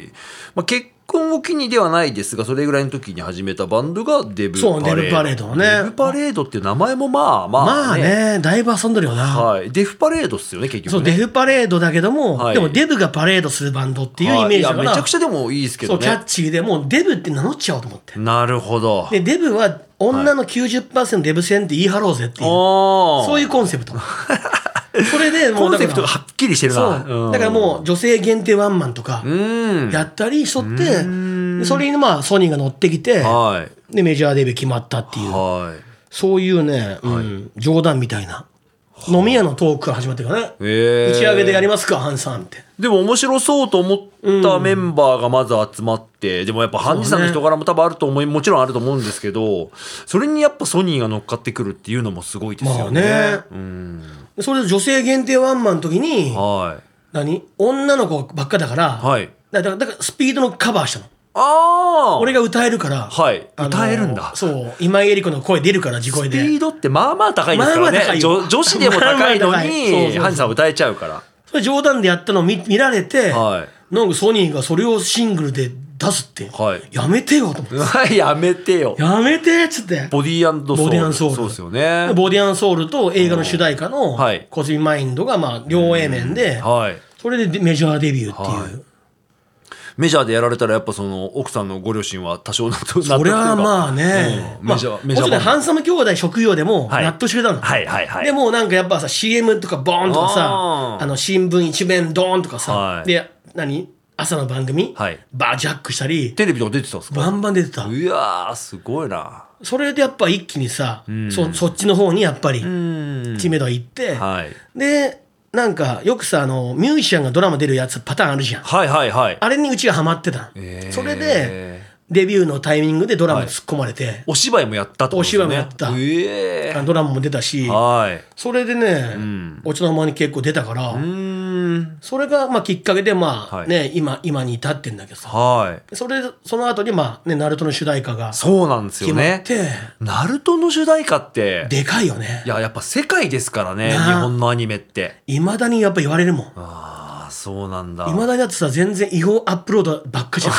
[SPEAKER 1] いまあ、結婚を機にではないですが、それぐらいの時に始めたバンドがデブパレード。
[SPEAKER 2] そうデブパレードのね
[SPEAKER 1] デブパレードっていう名前もまあまあ、
[SPEAKER 2] まあ。ね、だいぶ遊んでるよな。
[SPEAKER 1] はい。デフパレードっすよね、結
[SPEAKER 2] そ
[SPEAKER 1] 局
[SPEAKER 2] う、デ
[SPEAKER 1] ね。
[SPEAKER 2] フパレードだけども、
[SPEAKER 1] はい
[SPEAKER 2] でもデブがパレードするバンドっていう
[SPEAKER 1] は
[SPEAKER 2] イメージだか
[SPEAKER 1] いや
[SPEAKER 2] ら、
[SPEAKER 1] めちゃくちゃでもいいですけ
[SPEAKER 2] そ
[SPEAKER 1] ど
[SPEAKER 2] うキャ
[SPEAKER 1] ね
[SPEAKER 2] ッ。チーで、もうデブって名乗っちゃおうと思って。
[SPEAKER 1] なるほど。
[SPEAKER 2] で、デブは女の90%デブ戦って言い張ろうぜっていう、
[SPEAKER 1] おー
[SPEAKER 2] そういうコンセ プト。それでも
[SPEAKER 1] コ
[SPEAKER 2] う
[SPEAKER 1] ン
[SPEAKER 2] だか
[SPEAKER 1] セプトが
[SPEAKER 2] ら、
[SPEAKER 1] はっきりしてる
[SPEAKER 2] そ
[SPEAKER 1] な。
[SPEAKER 2] う、だからもう女性限定ワンマンとか
[SPEAKER 1] う、ん。
[SPEAKER 2] やったりしとって、でそれにまあソニーが乗ってきて、
[SPEAKER 1] は
[SPEAKER 2] で、メジャーデビュー決まったってい
[SPEAKER 1] い。
[SPEAKER 2] う。
[SPEAKER 1] はい。
[SPEAKER 2] そういうね、うん、冗談みたいな。飲み屋のトークから始まってるからね。
[SPEAKER 1] え
[SPEAKER 2] 打ち上げでやりますか、ハンさんって。
[SPEAKER 1] でも面白そうと思ったメンバーがまず集まって、でもやっぱハンジさんの人柄も多分あると思い、もちろんあると思うんですけど、それにやっぱソニーが乗っかってくるっていうのもすごいですよね。
[SPEAKER 2] まあね
[SPEAKER 1] うん。
[SPEAKER 2] それで女性限定ワンマンの時に、
[SPEAKER 1] はい。
[SPEAKER 2] 何女の子ばっかだから、
[SPEAKER 1] はい
[SPEAKER 2] だだだからスピードのカバーしたの。
[SPEAKER 1] ああ
[SPEAKER 2] 俺が歌えるから、
[SPEAKER 1] はい
[SPEAKER 2] あの
[SPEAKER 1] 歌えるんだ
[SPEAKER 2] そう、今井絵理子の声出るから、自声
[SPEAKER 1] スピ
[SPEAKER 2] で。
[SPEAKER 1] ードってまあまあ高いですからね。
[SPEAKER 2] まあまあ高いよ
[SPEAKER 1] 女女子でも高いのに、
[SPEAKER 2] まあまあ高いそうそうそう
[SPEAKER 1] ハンジさんは歌えちゃうから。
[SPEAKER 2] それ冗談でやったのを見見られて、
[SPEAKER 1] は
[SPEAKER 2] なんかソニーがそれをシングルで出すって、
[SPEAKER 1] はい
[SPEAKER 2] やめてよと思って。
[SPEAKER 1] い。 やめてよ。
[SPEAKER 2] やめてっつって。
[SPEAKER 1] ボディーソウル。
[SPEAKER 2] ボディーソウル
[SPEAKER 1] そうですよね。
[SPEAKER 2] ボディアンソウルと映画の主題歌の
[SPEAKER 1] はい
[SPEAKER 2] 「コズミマインド」がまあ両 A 面で、
[SPEAKER 1] はい。
[SPEAKER 2] それでメジャーデビューっていう、
[SPEAKER 1] メジャーでやられたらやっぱその奥さんのご両親は多少納得納得というか
[SPEAKER 2] 俺はまあね、
[SPEAKER 1] うん
[SPEAKER 2] ま
[SPEAKER 1] メ
[SPEAKER 2] あ
[SPEAKER 1] ジャー、
[SPEAKER 2] も
[SPEAKER 1] メ
[SPEAKER 2] ち
[SPEAKER 1] ジャ
[SPEAKER 2] ろ
[SPEAKER 1] ー
[SPEAKER 2] んね
[SPEAKER 1] バ
[SPEAKER 2] ハ
[SPEAKER 1] ン
[SPEAKER 2] ンサム兄弟職業でも
[SPEAKER 1] はい
[SPEAKER 2] 納得してくれたの、
[SPEAKER 1] はいはいはい
[SPEAKER 2] でもなんかやっぱさ CM とかボーンとかさ
[SPEAKER 1] あ
[SPEAKER 2] あ
[SPEAKER 1] ー
[SPEAKER 2] の新聞一面ドーンとかさ、
[SPEAKER 1] はい
[SPEAKER 2] で何朝の番組、
[SPEAKER 1] はい
[SPEAKER 2] バージャックしたり
[SPEAKER 1] ドテレビとか出てたんですか
[SPEAKER 2] バンバン出てた
[SPEAKER 1] うわーすごいな
[SPEAKER 2] それでやっぱ一気にさ、そそっちの方にやっぱり
[SPEAKER 1] うん
[SPEAKER 2] 知名度がいって、
[SPEAKER 1] はい
[SPEAKER 2] でなんかよくさあのミュージシャンがドラマ出るやつパターンあるじゃん
[SPEAKER 1] はいはいはい
[SPEAKER 2] あれにうちがハマってたの、
[SPEAKER 1] えー
[SPEAKER 2] それでデビューのタイミングでドラマに突っ込まれて、
[SPEAKER 1] お芝居もやったってことですよね
[SPEAKER 2] お芝居もやった
[SPEAKER 1] え
[SPEAKER 2] あ
[SPEAKER 1] え
[SPEAKER 2] のドラマも出たし
[SPEAKER 1] はい
[SPEAKER 2] それでね、
[SPEAKER 1] ん
[SPEAKER 2] お茶の間に結構出たから、
[SPEAKER 1] うーん
[SPEAKER 2] それがまあきっかけでまあ、
[SPEAKER 1] はい
[SPEAKER 2] ね今今に至ってんだけどさ
[SPEAKER 1] はい
[SPEAKER 2] それその後にまあねナルトの主題歌が
[SPEAKER 1] そうなんです
[SPEAKER 2] 決
[SPEAKER 1] よ
[SPEAKER 2] まっ
[SPEAKER 1] ね
[SPEAKER 2] て、
[SPEAKER 1] ナルトの主題歌って
[SPEAKER 2] でかいよね
[SPEAKER 1] いややっぱ世界ですからね日
[SPEAKER 2] なあ
[SPEAKER 1] 本のアニメって
[SPEAKER 2] いまだにやっぱ言われるもん
[SPEAKER 1] ああそうなんだ
[SPEAKER 2] いまだにだってさ全然違法アップロードばっ かじゃん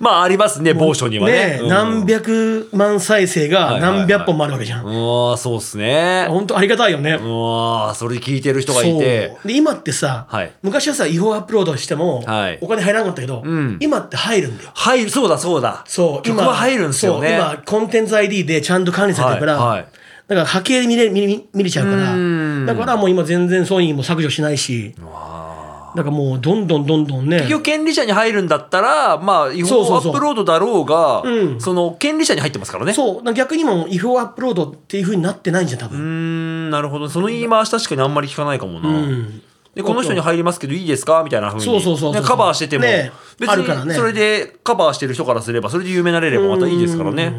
[SPEAKER 1] まあありますね某所にはね
[SPEAKER 2] え
[SPEAKER 1] うん
[SPEAKER 2] 何百万再生が
[SPEAKER 1] はいはいはい
[SPEAKER 2] 何百本もあるわけじゃん、
[SPEAKER 1] うわーそうっすね
[SPEAKER 2] 本当ありがたいよね、
[SPEAKER 1] うわーそれ聞いてる人
[SPEAKER 2] そ
[SPEAKER 1] が
[SPEAKER 2] う
[SPEAKER 1] いて
[SPEAKER 2] で今ってさ、
[SPEAKER 1] はい
[SPEAKER 2] 昔はさ違法アップロードしても、
[SPEAKER 1] はい
[SPEAKER 2] お金入らなかったけど、
[SPEAKER 1] ん
[SPEAKER 2] 今って入るんだよ
[SPEAKER 1] はいそうだそうだ
[SPEAKER 2] そう
[SPEAKER 1] 曲
[SPEAKER 2] 今
[SPEAKER 1] は入るんですよね
[SPEAKER 2] そう今コンテンツ ID でちゃんと管理されてるから、
[SPEAKER 1] はいはい
[SPEAKER 2] だから波形で見れ見れ見れちゃうから
[SPEAKER 1] うん
[SPEAKER 2] だからもう今全然ソニーも削除しないしだからもうどんどんどんどんね
[SPEAKER 1] 企業権利者に入るんだったらまあ違
[SPEAKER 2] そうそ
[SPEAKER 1] 法
[SPEAKER 2] う
[SPEAKER 1] ア
[SPEAKER 2] そう
[SPEAKER 1] ップロードだろうがそ
[SPEAKER 2] うん
[SPEAKER 1] の権利者に入ってますからねう
[SPEAKER 2] そうだから逆にも違法アップロードっていうふうになってないんじゃん多分、
[SPEAKER 1] ーんなるほどその言い回し確かにあんまり聞かないかもな、
[SPEAKER 2] うん
[SPEAKER 1] でこの人に入りますけどいいですかみたいなふうに
[SPEAKER 2] そうそうそうそう
[SPEAKER 1] ねカバーしてても、
[SPEAKER 2] ね
[SPEAKER 1] 別
[SPEAKER 2] あるから
[SPEAKER 1] に
[SPEAKER 2] ね
[SPEAKER 1] それでカバーしてる人からすればそれで有名になれればまたいいですからね。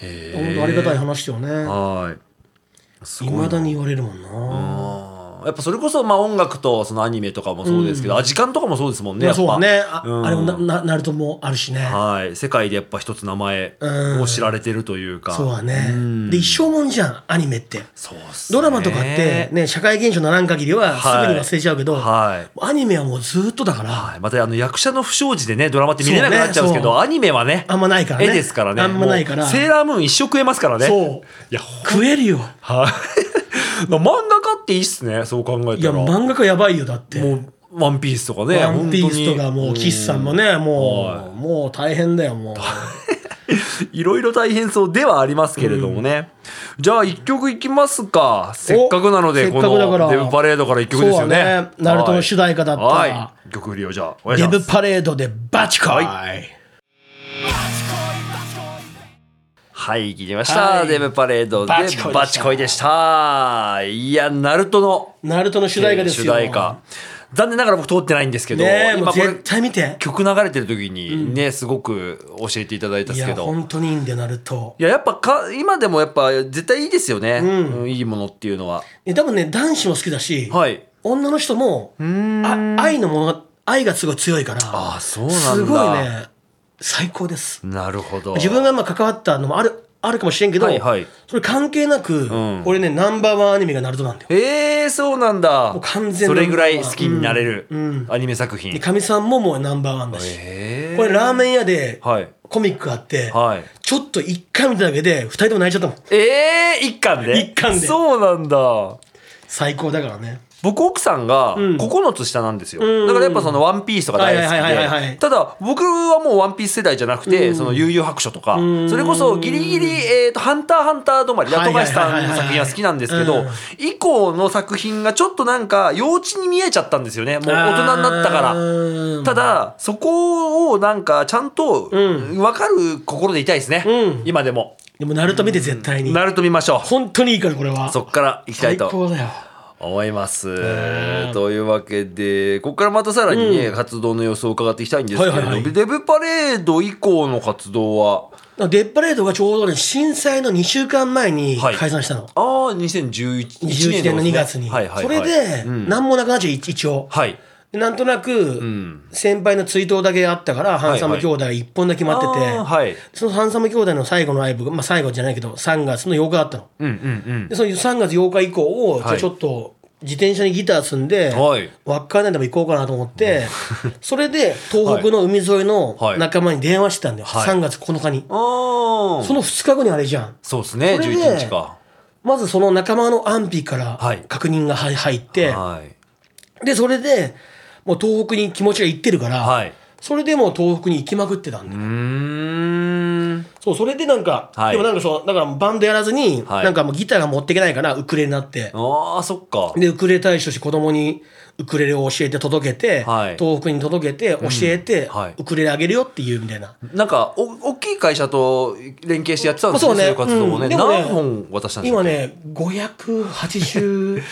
[SPEAKER 1] へ
[SPEAKER 2] 本
[SPEAKER 1] ー
[SPEAKER 2] 当ありがたい話よね
[SPEAKER 1] はい。す
[SPEAKER 2] い
[SPEAKER 1] ごい
[SPEAKER 2] ま
[SPEAKER 1] な
[SPEAKER 2] だに言われるもんな
[SPEAKER 1] あーやっぱそれこそまあ音楽とそのアニメとかもそうですけど、あ時間とかもそうですもんね。や
[SPEAKER 2] まあ
[SPEAKER 1] っぱ
[SPEAKER 2] そうねあ
[SPEAKER 1] うん
[SPEAKER 2] あれもななナルトもあるしね
[SPEAKER 1] はい、世界でやっぱ一つ名前を知られてるというか。
[SPEAKER 2] そうだ
[SPEAKER 1] ん
[SPEAKER 2] ねで一生もんじゃんアニメって
[SPEAKER 1] そうっすね
[SPEAKER 2] ドラマとかって、ね、社会現象にならん限りはす
[SPEAKER 1] はい
[SPEAKER 2] ぐに忘れちゃうけど、
[SPEAKER 1] はい。
[SPEAKER 2] アニメはもうずっとだから、
[SPEAKER 1] はい、またあの役者の不祥事でね、ドラマって見れなくなっちゃうんですけ
[SPEAKER 2] そうね
[SPEAKER 1] ど、アニメはね、
[SPEAKER 2] あんまないからね
[SPEAKER 1] 絵ですからね。
[SPEAKER 2] あんまないから
[SPEAKER 1] もうセーラームーン一生食えますからね。
[SPEAKER 2] そう
[SPEAKER 1] いや、ほ
[SPEAKER 2] 食えるよ
[SPEAKER 1] はい。 漫画家っていいっすね、そう考え
[SPEAKER 2] い
[SPEAKER 1] た
[SPEAKER 2] や
[SPEAKER 1] ら。
[SPEAKER 2] 漫画家やばいよだって
[SPEAKER 1] もう、ワンピースとかね、
[SPEAKER 2] ワンピースとか
[SPEAKER 1] 本当に
[SPEAKER 2] もう岸さんもねもうもう大変だよもう
[SPEAKER 1] いろいろ大変そうではありますけれどもね。じゃあ一曲いきますか。せっかくなの
[SPEAKER 2] せ
[SPEAKER 1] で、
[SPEAKER 2] っ
[SPEAKER 1] こ
[SPEAKER 2] かくだから
[SPEAKER 1] のデブパレードから一曲ですよね。
[SPEAKER 2] そうだねナルトの主題歌だった
[SPEAKER 1] はい。はい一曲振りをじゃあ、お願いし
[SPEAKER 2] デ
[SPEAKER 1] ます。
[SPEAKER 2] ブパレードでバチコイ、
[SPEAKER 1] はい、聞きました。
[SPEAKER 2] はい
[SPEAKER 1] デブパレードで
[SPEAKER 2] バチコイでした
[SPEAKER 1] バチコイでした。いや、ナルトの
[SPEAKER 2] ナルトの主題歌ですよ
[SPEAKER 1] 主題歌。残念ながら僕通ってないんですけど、
[SPEAKER 2] ねえも
[SPEAKER 1] 今
[SPEAKER 2] う
[SPEAKER 1] これ
[SPEAKER 2] 絶対見て
[SPEAKER 1] 曲流れてる時にね、すごく教えていただいたん
[SPEAKER 2] い
[SPEAKER 1] ですけ
[SPEAKER 2] や
[SPEAKER 1] ど。
[SPEAKER 2] 本当にいいんだよナルト
[SPEAKER 1] いや、やっぱか、今でもやっぱ絶対いいですよね。うんいいものっていうのは。
[SPEAKER 2] で多分ね男子も好きだし、
[SPEAKER 1] はい。
[SPEAKER 2] 女の人もあ愛のもの愛がすごい強いから
[SPEAKER 1] ああ、そうなんだ。
[SPEAKER 2] すごいね最高です
[SPEAKER 1] なるほど。
[SPEAKER 2] 自分がまあ関わったのもあるあるかもしれんけど、
[SPEAKER 1] はいはい
[SPEAKER 2] それ関係なく、
[SPEAKER 1] ん
[SPEAKER 2] 俺ねナンバーワンアニメがナルトなんだよ
[SPEAKER 1] ええそうなんだ。
[SPEAKER 2] もう完全
[SPEAKER 1] そ
[SPEAKER 2] な
[SPEAKER 1] れぐらい好きになれる、
[SPEAKER 2] うんうん
[SPEAKER 1] アニメ作品。
[SPEAKER 2] でかみさんももうナンバーワンだし、
[SPEAKER 1] ええ
[SPEAKER 2] これラーメン屋で
[SPEAKER 1] はい。
[SPEAKER 2] コミックがあって、
[SPEAKER 1] はい。
[SPEAKER 2] ちょっと一回見ただけで二人とも泣いちゃったもん
[SPEAKER 1] ええ一巻で
[SPEAKER 2] 一巻で
[SPEAKER 1] そうなんだ。
[SPEAKER 2] 最高だからね
[SPEAKER 1] 僕奥さんが
[SPEAKER 2] ん
[SPEAKER 1] 9つ下なんですよ、
[SPEAKER 2] うん
[SPEAKER 1] だからやっぱその「ワンピースとか大好きで、
[SPEAKER 2] はいはいはいはいはい
[SPEAKER 1] ただ僕はもう「ワンピース世代じゃなくて「その悠々白書」とか、
[SPEAKER 2] ん
[SPEAKER 1] それこそギリギリ「えー、とハンターハンター」止まり
[SPEAKER 2] は
[SPEAKER 1] 八
[SPEAKER 2] い
[SPEAKER 1] 富
[SPEAKER 2] はいはいはい
[SPEAKER 1] 樫さんの作品は好きなんですけど、
[SPEAKER 2] うん
[SPEAKER 1] 以降の作品がちょっとなんか幼稚に見えちゃったんですよねもう大人になったから。
[SPEAKER 2] ら
[SPEAKER 1] ただそこをなんかちゃんと
[SPEAKER 2] う
[SPEAKER 1] 分かる心でいたいですね、
[SPEAKER 2] うん
[SPEAKER 1] 今でも
[SPEAKER 2] でもナルト見て絶対に
[SPEAKER 1] ナルト見ましょう
[SPEAKER 2] 本当にいいからこれは
[SPEAKER 1] そっから行きたい
[SPEAKER 2] 最
[SPEAKER 1] と
[SPEAKER 2] 高だよ
[SPEAKER 1] 思います
[SPEAKER 2] ね。
[SPEAKER 1] というわけでここからまたさらにね、活動の様子を伺っていきたいんですけれど、
[SPEAKER 2] はいはいはい
[SPEAKER 1] デブパレード以降の活動は
[SPEAKER 2] デッパレードがちょうどね震災の2週間前に
[SPEAKER 1] はい
[SPEAKER 2] 解散したの、
[SPEAKER 1] ああ2011
[SPEAKER 2] 11年の2月に、
[SPEAKER 1] はいはいはい、
[SPEAKER 2] それで、
[SPEAKER 1] うん
[SPEAKER 2] 何もなくなっちゃう一一応、
[SPEAKER 1] はい
[SPEAKER 2] でなんとなく、
[SPEAKER 1] ん
[SPEAKER 2] 先輩の追悼だけあったから、ハンサム兄弟が1本だけ待ってて、
[SPEAKER 1] あーはい
[SPEAKER 2] そのハンサム兄弟の最後のライブが、まあ、最後じゃないけど、3月の8日だったの。
[SPEAKER 1] うんうん
[SPEAKER 2] で、その3月8日以降を、
[SPEAKER 1] い
[SPEAKER 2] じゃあちょっと自転車にギター積んで、
[SPEAKER 1] はい
[SPEAKER 2] 稚内でも行こうかなと思って、 それで東北の海沿いの
[SPEAKER 1] はい
[SPEAKER 2] 仲間に電話してたんだよ、
[SPEAKER 1] はい
[SPEAKER 2] 3月9日に。
[SPEAKER 1] ああ
[SPEAKER 2] その2日後にあれじゃん。
[SPEAKER 1] そうですね
[SPEAKER 2] それで
[SPEAKER 1] 11日か
[SPEAKER 2] まずその仲間の安否から
[SPEAKER 1] はい
[SPEAKER 2] 確認が入入って、
[SPEAKER 1] はい
[SPEAKER 2] で、それで、もう東北に気持ちが行ってるから、
[SPEAKER 1] はい
[SPEAKER 2] それでもう東北に行きまくってたんだよ
[SPEAKER 1] うーん
[SPEAKER 2] そう、それでなんか、
[SPEAKER 1] はい
[SPEAKER 2] でもなんかそう、だからバンドやらずに、
[SPEAKER 1] はい
[SPEAKER 2] なんかもうギターが持っていけないから、ウクレレになって、
[SPEAKER 1] ああそっか
[SPEAKER 2] で、ウクレレ大使として子供にウクレレを教えて届けて、
[SPEAKER 1] はい
[SPEAKER 2] 東北に届けて、教えて、
[SPEAKER 1] はい
[SPEAKER 2] ウクレレあげるよっていうみたいな。
[SPEAKER 1] なんかお大きい会社と連携してやってたんです
[SPEAKER 2] そうね
[SPEAKER 1] そういう活動をね,、
[SPEAKER 2] うんでもね
[SPEAKER 1] 何本渡したんですか
[SPEAKER 2] 今ね、586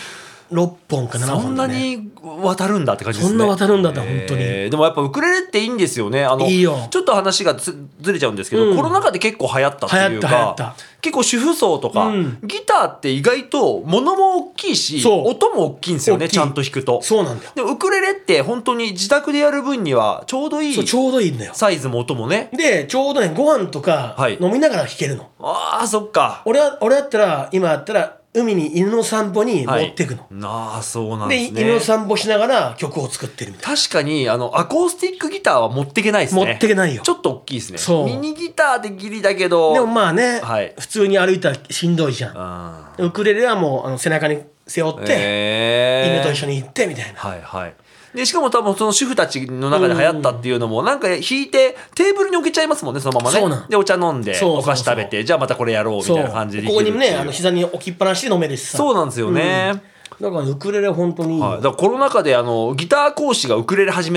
[SPEAKER 2] 本か7本、ね。
[SPEAKER 1] そんなに渡るんだって感じですね。
[SPEAKER 2] そんな渡るんだった本当に
[SPEAKER 1] えーでもやっぱウクレレっていいんですよね。あの
[SPEAKER 2] いいよ
[SPEAKER 1] ちょっと話がずずれちゃうんですけど、
[SPEAKER 2] うん
[SPEAKER 1] コロナ禍で結構流行ったっていう
[SPEAKER 2] 流行った流行
[SPEAKER 1] か
[SPEAKER 2] った、
[SPEAKER 1] 結構主婦層とか、
[SPEAKER 2] うん
[SPEAKER 1] ギターって意外と物も大きいし、
[SPEAKER 2] そう
[SPEAKER 1] 音も大きいんですよね。
[SPEAKER 2] 大きい
[SPEAKER 1] ちゃんと弾くと。
[SPEAKER 2] そうなんだよ。
[SPEAKER 1] でもウクレレって本当に自宅でやる分にはちょうどい
[SPEAKER 2] そう、
[SPEAKER 1] い
[SPEAKER 2] ちょうどいいんだよ。
[SPEAKER 1] サイズも音もね。
[SPEAKER 2] で、ちょうどね、ご飯とか
[SPEAKER 1] はい
[SPEAKER 2] 飲みながら弾けるの。
[SPEAKER 1] ああそっか。
[SPEAKER 2] 俺は、俺だったら、今だったら、海に犬の散歩に持
[SPEAKER 1] はい
[SPEAKER 2] ってくの。
[SPEAKER 1] なあそうなん
[SPEAKER 2] で、
[SPEAKER 1] ですね。
[SPEAKER 2] 犬の散歩しながら曲を作ってるみたいな。
[SPEAKER 1] 確かにあのアコースティックギターは持ってけないですね
[SPEAKER 2] 持ってけないよ
[SPEAKER 1] ちょっと大きいですね
[SPEAKER 2] そう
[SPEAKER 1] ミニギターでギリだけど
[SPEAKER 2] でもまあね、
[SPEAKER 1] はい
[SPEAKER 2] 普通に歩いたらしんどいじゃん。
[SPEAKER 1] あ
[SPEAKER 2] ウクレレはもうあの背中に背負って、
[SPEAKER 1] え
[SPEAKER 2] 犬と一
[SPEAKER 1] 緒
[SPEAKER 2] 緒に行ってみたいな。
[SPEAKER 1] はいはいでしかも多分その主婦たちの中で流行ったっていうのもなんか弾いてテーブルに置けちゃいますもんねそのままね
[SPEAKER 2] そうなん
[SPEAKER 1] でお茶飲んで
[SPEAKER 2] そうそうそう
[SPEAKER 1] お菓子食べてじゃあまたこれやろうみた
[SPEAKER 2] そ。
[SPEAKER 1] いうな感じでで
[SPEAKER 2] こ
[SPEAKER 1] き
[SPEAKER 2] こ
[SPEAKER 1] るって
[SPEAKER 2] に
[SPEAKER 1] いう
[SPEAKER 2] もね、あの膝に置きっぱなしで飲めるしさ。
[SPEAKER 1] そうなんですよね、
[SPEAKER 2] だからウクレレ本当にいい、
[SPEAKER 1] はい、だからコロナ禍であのギター講師がウクレレ始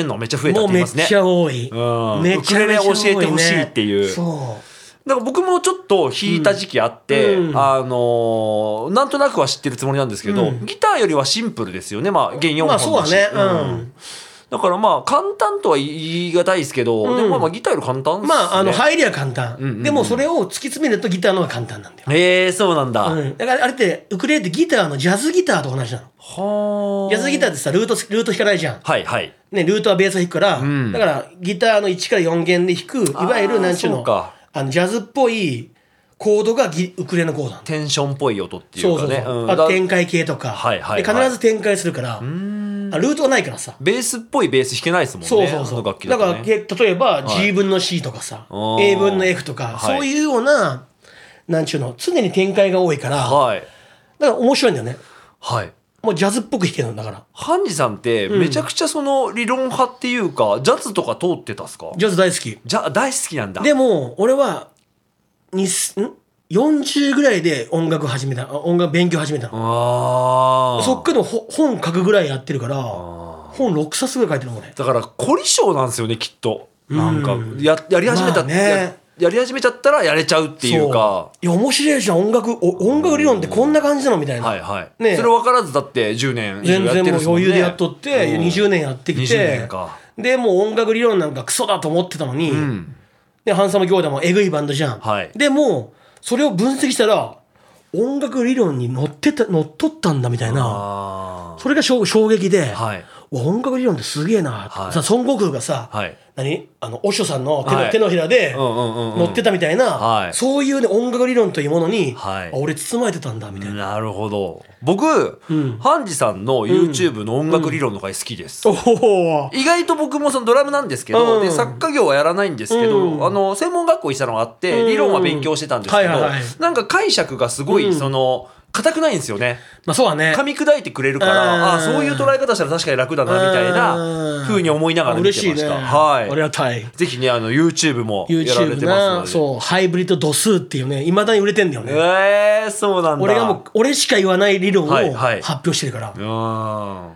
[SPEAKER 1] なんか僕もちょっと弾いた時期あって、
[SPEAKER 2] うん
[SPEAKER 1] あのーなんとなくは知ってるつもりなんですけど、
[SPEAKER 2] うん
[SPEAKER 1] ギターよりはシンプルですよね、まあ、弦4本
[SPEAKER 2] ま
[SPEAKER 1] だ
[SPEAKER 2] あ
[SPEAKER 1] し、
[SPEAKER 2] そうだねうん、
[SPEAKER 1] だからまあ簡単とは言い難いですけど、
[SPEAKER 2] うん
[SPEAKER 1] でもまあまあギターより簡単ですね
[SPEAKER 2] まああの入りは簡単、
[SPEAKER 1] んうんうん
[SPEAKER 2] でもそれを突き詰めるとギターの方が簡単なんだよ、
[SPEAKER 1] えー、そうなんだ、は
[SPEAKER 2] うん、だからあれってウクレレってギターのジャズギターと同じなの
[SPEAKER 1] ー
[SPEAKER 2] ジャズギターってさルートルート弾かないじゃん
[SPEAKER 1] はいはい
[SPEAKER 2] ね、ルートはベースを弾くから、
[SPEAKER 1] ん
[SPEAKER 2] だからギターの1から4弦で弾くいわゆ
[SPEAKER 1] あー
[SPEAKER 2] るなんちゅう
[SPEAKER 1] そ
[SPEAKER 2] の
[SPEAKER 1] うか
[SPEAKER 2] あのジャズっぽいコードがギウクレレのコードなんだ
[SPEAKER 1] テンションっぽい音ってい
[SPEAKER 2] そううそ
[SPEAKER 1] か
[SPEAKER 2] うそう、
[SPEAKER 1] ねうん
[SPEAKER 2] あ
[SPEAKER 1] だ
[SPEAKER 2] と展開系とか、
[SPEAKER 1] はいはいはい
[SPEAKER 2] で必ず展開するからあルートがないからさ、
[SPEAKER 1] ベースっぽいベース弾けないですもんね
[SPEAKER 2] そうそうそう
[SPEAKER 1] あの楽器だ
[SPEAKER 2] だ
[SPEAKER 1] と、ね、
[SPEAKER 2] からけ例えば
[SPEAKER 1] い
[SPEAKER 2] G 分の C とかさ、
[SPEAKER 1] あー
[SPEAKER 2] A 分の F と
[SPEAKER 1] は
[SPEAKER 2] か、
[SPEAKER 1] い
[SPEAKER 2] そういうようななんちゅうの常に展開が多いから、
[SPEAKER 1] はい
[SPEAKER 2] だから面白いんだよね
[SPEAKER 1] はい
[SPEAKER 2] もうジャズっぽく弾けるんだから
[SPEAKER 1] ハンジさんってめちゃくちゃその理論派っていうか、ジャズとか通ってたっすか
[SPEAKER 2] ジャズ大好き
[SPEAKER 1] じゃ大好きなんだ
[SPEAKER 2] でも俺はにすん40ぐらいで音楽始めたあ音楽勉強始めたの
[SPEAKER 1] ああ
[SPEAKER 2] そっからでもほ本書くぐらいやってるから
[SPEAKER 1] あ
[SPEAKER 2] 本6冊ぐらい書いてるの俺
[SPEAKER 1] だから凝り性なんですよねきっとなんか
[SPEAKER 2] うん
[SPEAKER 1] ややり始めた、
[SPEAKER 2] まあね
[SPEAKER 1] ややり始めちゃったらやれちゃうっていうか
[SPEAKER 2] そういや面白いじゃん音楽お音楽理論ってこんな感じなのみたいな、
[SPEAKER 1] はいはい、
[SPEAKER 2] ねえ
[SPEAKER 1] それ分からずだって10年以上
[SPEAKER 2] 全
[SPEAKER 1] やってるん
[SPEAKER 2] 然も
[SPEAKER 1] で
[SPEAKER 2] う
[SPEAKER 1] すもん
[SPEAKER 2] 余
[SPEAKER 1] ね
[SPEAKER 2] 裕でやっとって
[SPEAKER 1] うん
[SPEAKER 2] 20年やってき
[SPEAKER 1] 20年
[SPEAKER 2] て
[SPEAKER 1] か
[SPEAKER 2] でもう音楽理論なんかクソだと思ってたのに、
[SPEAKER 1] うん
[SPEAKER 2] でハンサム兄弟もえぐいバンドじゃん、
[SPEAKER 1] はい
[SPEAKER 2] でもそれを分析したら音楽理論に乗ってた乗っ取ったんだみたいな
[SPEAKER 1] あ
[SPEAKER 2] それが衝衝撃で、
[SPEAKER 1] あはい
[SPEAKER 2] わ音楽理論ってすげえなって、
[SPEAKER 1] はい
[SPEAKER 2] さ孫悟空がさ、
[SPEAKER 1] はい
[SPEAKER 2] 何あのお師匠さんの手の,、
[SPEAKER 1] はい
[SPEAKER 2] 手のひらで
[SPEAKER 1] うんうんうんうん
[SPEAKER 2] 乗ってたみたいな、
[SPEAKER 1] はい
[SPEAKER 2] そういう、ね、音楽理論というものに、
[SPEAKER 1] はい
[SPEAKER 2] あ俺包まれてたんだみたいな、
[SPEAKER 1] なるほど僕、
[SPEAKER 2] うん
[SPEAKER 1] ハンジさんの YouTube の音楽理論の回好きです、
[SPEAKER 2] おお
[SPEAKER 1] 意外と僕もそのドラムなんですけど、
[SPEAKER 2] うん
[SPEAKER 1] で作家業はやらないんですけど、
[SPEAKER 2] うん
[SPEAKER 1] あの専門学校行ったのがあって、
[SPEAKER 2] うん
[SPEAKER 1] 理論は勉強してたんですけど、
[SPEAKER 2] はいはいはい
[SPEAKER 1] なんか解釈がすごい、
[SPEAKER 2] うん
[SPEAKER 1] その硬くないんですよね
[SPEAKER 2] まあそうだね
[SPEAKER 1] 噛み砕いてくれるから、
[SPEAKER 2] うん
[SPEAKER 1] ああそういう捉え方したら確かに楽だなみたいなふうに思いながら見てました
[SPEAKER 2] 嬉しいね、あり
[SPEAKER 1] は
[SPEAKER 2] がたい
[SPEAKER 1] いぜひねあの YouTube もやられ
[SPEAKER 2] YouTube
[SPEAKER 1] てま
[SPEAKER 2] な
[SPEAKER 1] すので
[SPEAKER 2] そうハイブリッド度数っていうねいまだに売れてんだよね
[SPEAKER 1] えー、そうなんだ
[SPEAKER 2] 俺がもう俺しか言わない理論を
[SPEAKER 1] はいはい
[SPEAKER 2] 発表してるから、
[SPEAKER 1] うん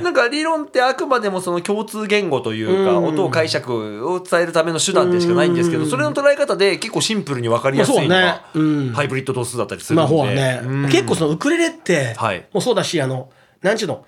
[SPEAKER 1] なんか理論ってあくまでもその共通言語というか、
[SPEAKER 2] うん
[SPEAKER 1] 音を解釈を伝えるための手段でしかないんですけど、それの捉え方で結構シンプルに分かりやすいの
[SPEAKER 2] まあ
[SPEAKER 1] が、
[SPEAKER 2] そうねうん
[SPEAKER 1] ハイブリッド度数だったりす
[SPEAKER 2] え
[SPEAKER 1] る
[SPEAKER 2] ま
[SPEAKER 1] の
[SPEAKER 2] あ
[SPEAKER 1] で、
[SPEAKER 2] ほらね、
[SPEAKER 1] うん
[SPEAKER 2] 結構そのウクレレって、
[SPEAKER 1] はい
[SPEAKER 2] もうそうだしあのなんちゅうの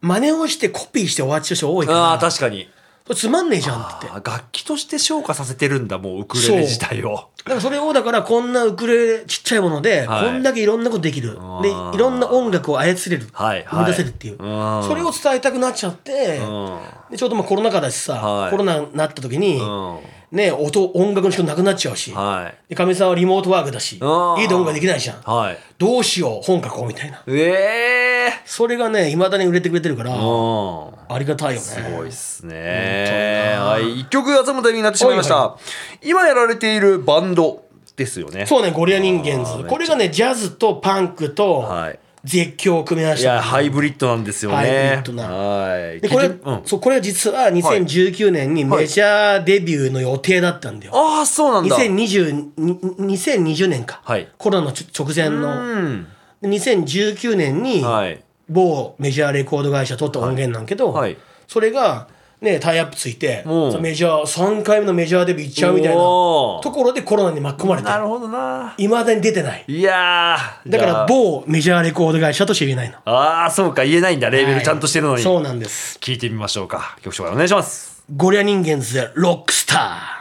[SPEAKER 2] 真似をしてコピーして終わっちゃう人多いから
[SPEAKER 1] あー確かに
[SPEAKER 2] それつまんねえじゃんって
[SPEAKER 1] あー楽器として昇華させてるんだもうウクレレ自体を
[SPEAKER 2] だからそれをだからこんなウクレレちっちゃいもので、
[SPEAKER 1] はい
[SPEAKER 2] こんだけいろんなことできる
[SPEAKER 1] あ
[SPEAKER 2] で
[SPEAKER 1] ー
[SPEAKER 2] いろんな音楽を操れる、
[SPEAKER 1] はい
[SPEAKER 2] 生
[SPEAKER 1] はい
[SPEAKER 2] み出せるっていう、
[SPEAKER 1] うん
[SPEAKER 2] それを伝えたくなっちゃって、
[SPEAKER 1] うん
[SPEAKER 2] でちょうどまあコロナ禍だしさ、
[SPEAKER 1] はい
[SPEAKER 2] コロナになった時に、
[SPEAKER 1] うん
[SPEAKER 2] ね音音楽の人なくなっちゃうし、
[SPEAKER 1] はい
[SPEAKER 2] でかみさんはリモートワークだし、いい
[SPEAKER 1] あー
[SPEAKER 2] 動画できないじゃん。
[SPEAKER 1] はい
[SPEAKER 2] どうしよう、本書こうみたいな。
[SPEAKER 1] ええ
[SPEAKER 2] それがね、いまだに売れてくれてるから、
[SPEAKER 1] ー、うん
[SPEAKER 2] ありがたいよね。
[SPEAKER 1] すごいっすね。はい、一曲集むタイミングになってしまいました。
[SPEAKER 2] は
[SPEAKER 1] 今やられているバンドですよね。
[SPEAKER 2] そうね、ゴリラ人間
[SPEAKER 1] あーめっ
[SPEAKER 2] 図。
[SPEAKER 1] ちゃ
[SPEAKER 2] これがね、ジャズとパンクと
[SPEAKER 1] はい
[SPEAKER 2] 絶叫を組み合わせ
[SPEAKER 1] い
[SPEAKER 2] た。
[SPEAKER 1] や、ハイブリッドなんですよね。
[SPEAKER 2] ハイブリッドな
[SPEAKER 1] はい。
[SPEAKER 2] でこれ、
[SPEAKER 1] 聞いてうん、
[SPEAKER 2] そうこれ実は2019年にメジャーデビューの予定だったんだよ。
[SPEAKER 1] ああ、そうなんだ。
[SPEAKER 2] 2020, 2020年か、
[SPEAKER 1] はい
[SPEAKER 2] コロナのちょ直前の
[SPEAKER 1] うん。
[SPEAKER 2] で2019年に
[SPEAKER 1] はい。
[SPEAKER 2] 某メジャーレコード会社取った音源なんけど、
[SPEAKER 1] はいはい
[SPEAKER 2] それが、ね、タイアップついて
[SPEAKER 1] うん
[SPEAKER 2] そのメジャー3回目のメジャーデビュー行っちゃうみたいなと
[SPEAKER 1] おー
[SPEAKER 2] ころでコロナに巻き込まれて
[SPEAKER 1] なるほどな。
[SPEAKER 2] いまだに出てない
[SPEAKER 1] いやー
[SPEAKER 2] だか
[SPEAKER 1] じゃ
[SPEAKER 2] ら
[SPEAKER 1] あ
[SPEAKER 2] 某メジャーレコード会社として言えないの
[SPEAKER 1] ああ、そうか、言えないんだ。レーベルちゃんとしてるの
[SPEAKER 2] は
[SPEAKER 1] に。
[SPEAKER 2] いそうなんです
[SPEAKER 1] 聞いてみましょうか。曲紹介お願いします。
[SPEAKER 2] ゴリラ人間ズでロックスタ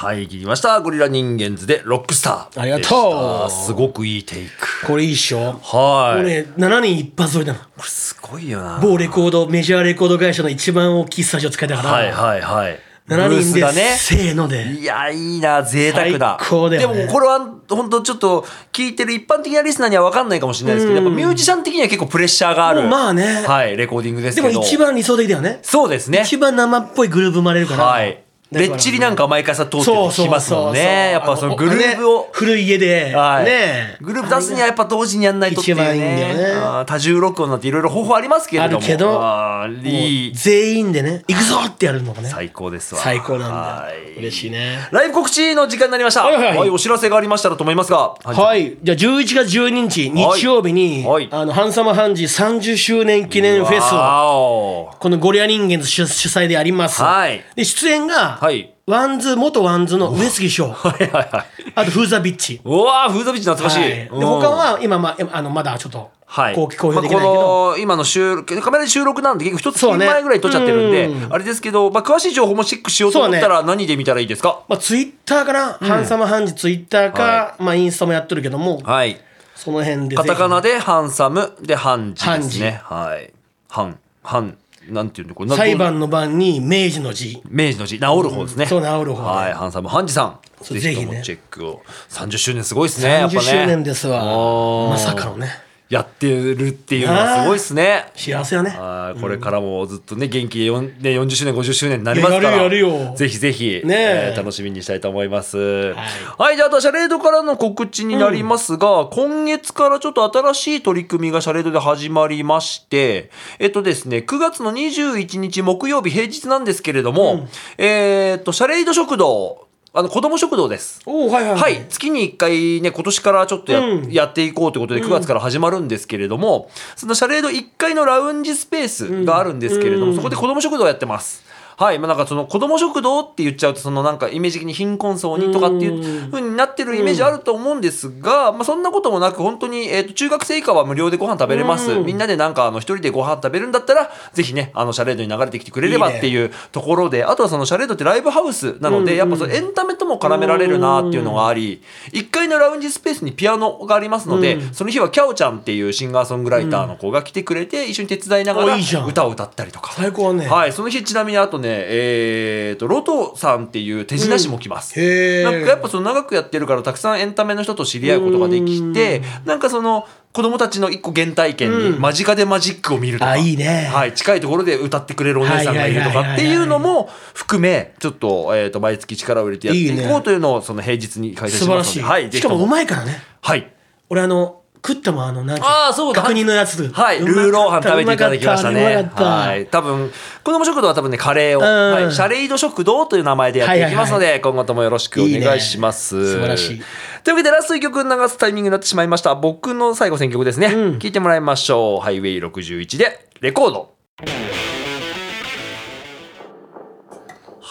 [SPEAKER 1] はい、聞きました。ゴリラ人間図でロックスター。
[SPEAKER 2] ありがとう
[SPEAKER 1] すごくいいテイク。
[SPEAKER 2] ーこれいいっしょ
[SPEAKER 1] はい。
[SPEAKER 2] 俺7人一発撮りなの
[SPEAKER 1] これすごいよな。
[SPEAKER 2] 某レコードメジャーレコード会社の一番大きいスタジオ使いだから、
[SPEAKER 1] はいはいはい。
[SPEAKER 2] 7人
[SPEAKER 1] ブ
[SPEAKER 2] で、
[SPEAKER 1] ースがね。
[SPEAKER 2] せーので
[SPEAKER 1] いや、いいな、贅沢だ。
[SPEAKER 2] 最高だよね
[SPEAKER 1] でも、これは、本当ちょっと、聞いてる一般的なリスナーには分かんないかもしれないですけど、
[SPEAKER 2] うん
[SPEAKER 1] やっぱミュージシャン的には結構プレッシャーがある。
[SPEAKER 2] もうまあね
[SPEAKER 1] はい、レコーディングです
[SPEAKER 2] で
[SPEAKER 1] けど。
[SPEAKER 2] も一。番理想的だよね
[SPEAKER 1] そうですね。
[SPEAKER 2] 一番生っぽいグループ生まれるから、
[SPEAKER 1] はい。べっちりなんか毎回さ通って
[SPEAKER 2] そうそうそう
[SPEAKER 1] きますもんねやっぱそのグルーブ
[SPEAKER 2] ね
[SPEAKER 1] を
[SPEAKER 2] 古い家で、
[SPEAKER 1] はい
[SPEAKER 2] ね
[SPEAKER 1] グループ出すにはやっぱ同時にやんないとっていう
[SPEAKER 2] 一番いいんだ
[SPEAKER 1] ね
[SPEAKER 2] よね
[SPEAKER 1] あー多重録音なんていろいろ方法ありますけれども
[SPEAKER 2] あるけど
[SPEAKER 1] あーい
[SPEAKER 2] も
[SPEAKER 1] いう
[SPEAKER 2] 全員でね行くぞってやるのがね
[SPEAKER 1] 最高ですわ
[SPEAKER 2] 最高なん
[SPEAKER 1] は
[SPEAKER 2] だよ嬉しいね
[SPEAKER 1] ライブ告知の時間になりました
[SPEAKER 2] はいはいはい
[SPEAKER 1] お知らせがありましたらと思いますがい
[SPEAKER 2] はい。じゃあ11月12日、
[SPEAKER 1] はい
[SPEAKER 2] 日曜日に、
[SPEAKER 1] はい
[SPEAKER 2] あの、ハンサムハンジ30周年記念フェスを、
[SPEAKER 1] わお
[SPEAKER 2] このゴリラ人間の主主催でやります。
[SPEAKER 1] はい
[SPEAKER 2] で、出演が、
[SPEAKER 1] はい
[SPEAKER 2] ワンズ、元ワンズの上杉翔、
[SPEAKER 1] はいはいはい
[SPEAKER 2] あと、フーザビッチ。
[SPEAKER 1] うわーフードビーチ懐かしい、
[SPEAKER 2] はいで、他は、今、まあ、あの、まだちょっと、
[SPEAKER 1] はい、
[SPEAKER 2] 公公表できないけ
[SPEAKER 1] まあ
[SPEAKER 2] ど、
[SPEAKER 1] この今の収録カメラで収録なんで結構一月
[SPEAKER 2] そうね
[SPEAKER 1] 前ぐらいに撮っちゃってるんで、
[SPEAKER 2] うん
[SPEAKER 1] あれですけど、まあ、詳しい情報もチェックしようと思ったら何で見たらいいですか、
[SPEAKER 2] まあ、ツイッターかな、ハンサムハンジツイッターか、まあ、インスタもやってるけども、
[SPEAKER 1] はい
[SPEAKER 2] その辺でぜひ。
[SPEAKER 1] カタカナでハンサムでハンジですねはいハンハンなんていうんでこれな
[SPEAKER 2] 裁判の番に、明治の字。
[SPEAKER 1] 明治の字治る方ですね、
[SPEAKER 2] そう治る方
[SPEAKER 1] はいハンサムハンジさん
[SPEAKER 2] そう
[SPEAKER 1] ぜひと
[SPEAKER 2] ぜひ
[SPEAKER 1] も
[SPEAKER 2] ね
[SPEAKER 1] チェックを30周年すごいですねやっぱね
[SPEAKER 2] 30周年ですわ。
[SPEAKER 1] おー
[SPEAKER 2] まさかのね。
[SPEAKER 1] やってるっていうのはすごいですね
[SPEAKER 2] 幸せよね。
[SPEAKER 1] あーこれからもずっとね元気でよんね40周年50周年になりますから
[SPEAKER 2] いややるよやるよ
[SPEAKER 1] ぜひぜひ、
[SPEAKER 2] ねえ
[SPEAKER 1] えー楽しみにしたいと思いますはい
[SPEAKER 2] い、
[SPEAKER 1] じゃああとはシャレードからの告知になりますが、今月からちょっと新しい取り組みがシャレードで始まりましてえっとですね9月の21日木曜日平日なんですけれども、えーっとシャレード食堂あの子供食堂です
[SPEAKER 2] おおはいはい
[SPEAKER 1] はい、月に1回ね今年からちょっとや,、
[SPEAKER 2] うん
[SPEAKER 1] やっていこうということで9月から始まるんですけれども、そのシャレード1階のラウンジスペースがあるんですけれども、
[SPEAKER 2] うん
[SPEAKER 1] そこで子ども食堂やってます。はいまあ、なんかその子ども食堂って言っちゃうとそのなんかイメージ的に貧困層にとかっていう
[SPEAKER 2] うん
[SPEAKER 1] 風になってるイメージあると思うんですが、まあ、そんなこともなく本当に、えー、と中学生以下は無料でご飯食べれます、
[SPEAKER 2] うん
[SPEAKER 1] みんなでなんかあの一人でご飯食べるんだったらぜひねあのシャレードに流れてきてくれればっていうところであとはそのシャレードってライブハウスなので、
[SPEAKER 2] うん
[SPEAKER 1] やっぱそのエンタメとも絡められるなっていうのがあり1階のラウンジスペースにピアノがありますので、
[SPEAKER 2] うん
[SPEAKER 1] その日はキャオちゃんっていうシンガーソングライターの子が来てくれて一緒に手伝いながら
[SPEAKER 2] おいいじゃん
[SPEAKER 1] 歌を歌ったりとか。
[SPEAKER 2] 最高はね。
[SPEAKER 1] はい、その日ちなみにあとね、えー、とロトさんっていう手品師も来ます、
[SPEAKER 2] うんへー
[SPEAKER 1] なんかやっぱその長くやってるからたくさんエンタメの人と知り合うことができてなんかその子供たちの一個原体験に
[SPEAKER 2] うん
[SPEAKER 1] 間近でマジックを見るとか、
[SPEAKER 2] あいいね
[SPEAKER 1] はい、近いところで歌ってくれるお姉さんがいるとかっていうのも含めちょっと,、えー、と毎月力を入れてやってい
[SPEAKER 2] いい
[SPEAKER 1] こう
[SPEAKER 2] ね
[SPEAKER 1] というのをその平日に開催
[SPEAKER 2] 素
[SPEAKER 1] し
[SPEAKER 2] 晴
[SPEAKER 1] ま
[SPEAKER 2] ら
[SPEAKER 1] すの
[SPEAKER 2] し
[SPEAKER 1] で
[SPEAKER 2] い。
[SPEAKER 1] はい、ぜ
[SPEAKER 2] し
[SPEAKER 1] ひ
[SPEAKER 2] か
[SPEAKER 1] と
[SPEAKER 2] もう
[SPEAKER 1] も
[SPEAKER 2] まいからね。
[SPEAKER 1] はい
[SPEAKER 2] 俺あの食ったもんあのなんていの
[SPEAKER 1] あーそうだ
[SPEAKER 2] 角煮のやつ。
[SPEAKER 1] はい、ルーローハン食べていただきましたね。
[SPEAKER 2] うまかった
[SPEAKER 1] は。
[SPEAKER 2] うまかっ
[SPEAKER 1] い、多分子供食堂は多分ねカレーを、
[SPEAKER 2] うん
[SPEAKER 1] はい、シャレイド食堂という名前でやっていきますので、今後ともよろしくお願いします。
[SPEAKER 2] いいね素晴らしい
[SPEAKER 1] というわけでラスト一曲流すタイミングになってしまいました。僕の最後選曲ですね。
[SPEAKER 2] うん
[SPEAKER 1] 聞いてもらいましょう。ハイウェイ61でレコード。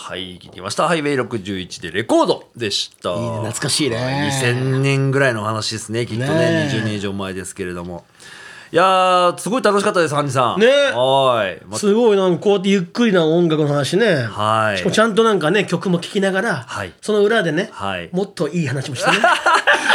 [SPEAKER 1] はい、聞きました。ハイウェイ61でレコードでした。
[SPEAKER 2] いいね懐かしいね
[SPEAKER 1] 2000年ぐらいの話ですね。きっとね、
[SPEAKER 2] ねえ
[SPEAKER 1] 20年以上前ですけれども。いやー、すごい楽しかったです、ハンジさん。
[SPEAKER 2] ね
[SPEAKER 1] はーい。
[SPEAKER 2] た
[SPEAKER 1] ま
[SPEAKER 2] すごいなんかこうやってゆっくりな音楽の話ね。
[SPEAKER 1] はい
[SPEAKER 2] しかもちゃんとなんかね曲も聴きながら
[SPEAKER 1] はい、
[SPEAKER 2] その裏でね
[SPEAKER 1] はい、
[SPEAKER 2] もっといい話もし てね。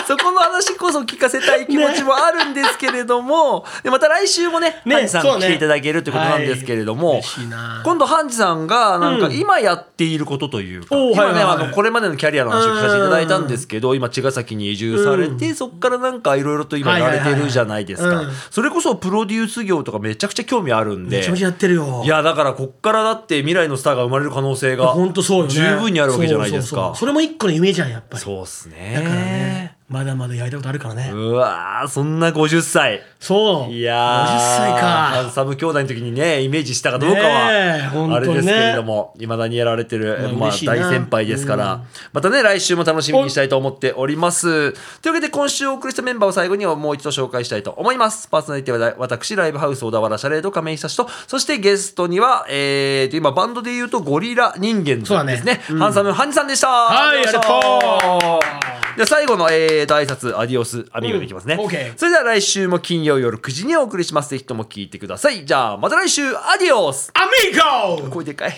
[SPEAKER 1] そこの話こそ聞かせたい気持ちもあるんですけれども、でまた来週もね、
[SPEAKER 2] ね
[SPEAKER 1] ハンジさん
[SPEAKER 2] そう
[SPEAKER 1] 来
[SPEAKER 2] ね
[SPEAKER 1] ていただけるということなんですけれども、
[SPEAKER 2] はい嬉しいな
[SPEAKER 1] 今度ハンジさんがなんか
[SPEAKER 2] うん
[SPEAKER 1] 今やっていることというか、
[SPEAKER 2] おー
[SPEAKER 1] 今ね、
[SPEAKER 2] はいはいはい
[SPEAKER 1] あのこれまでのキャリアの話を聞かせていただいたんですけど、今茅ヶ崎に移住されて、そこからなんかいろいろと今やられてるじゃないです
[SPEAKER 2] はいはい
[SPEAKER 1] か
[SPEAKER 2] はいはいうん。
[SPEAKER 1] それこそプロデュース業とかめちゃくちゃ興味あるんで。
[SPEAKER 2] めちゃめちゃやってるよ。
[SPEAKER 1] いやだからこっからだって未来のスターが生まれる可能性が
[SPEAKER 2] 本当そうよね。
[SPEAKER 1] 十分にあるわけじゃないです
[SPEAKER 2] そうそう
[SPEAKER 1] か
[SPEAKER 2] そうそれも一個の夢じゃんやっぱり。
[SPEAKER 1] そうっすね
[SPEAKER 2] だからねまだまだやりたいことあるからね。
[SPEAKER 1] うわーそんな50歳
[SPEAKER 2] そう。
[SPEAKER 1] いやー
[SPEAKER 2] 50歳
[SPEAKER 1] ハン
[SPEAKER 2] か。
[SPEAKER 1] サム兄弟の時にねイメージしたかどうかは、
[SPEAKER 2] ねえ本当
[SPEAKER 1] あ
[SPEAKER 2] ね
[SPEAKER 1] れですけれどもいまだにやられてる、
[SPEAKER 2] まあ
[SPEAKER 1] まあ、
[SPEAKER 2] 嬉しいな
[SPEAKER 1] 大先輩ですから、またね来週も楽しみにしたいと思っておりますというわけで今週お送りしたメンバーを最後にはもう一度紹介したいと思いますパーソナリティは私ライブハウス小田原シャレード亀井久志とそしてゲストには、えー、と今バンドで言うとゴリラ人間
[SPEAKER 2] そ
[SPEAKER 1] さ
[SPEAKER 2] うだ
[SPEAKER 1] ん
[SPEAKER 2] ね
[SPEAKER 1] ですねハンサムハンジさんでした
[SPEAKER 2] はい
[SPEAKER 1] で最後の、えー、と挨拶アディオスアミーゴでいきますね、
[SPEAKER 2] うんオッケー
[SPEAKER 1] それでは来週も金曜夜9時にお送りしますぜひとも聞いてくださいじゃあまた来週アディオス
[SPEAKER 2] アミーゴ
[SPEAKER 1] 声でかい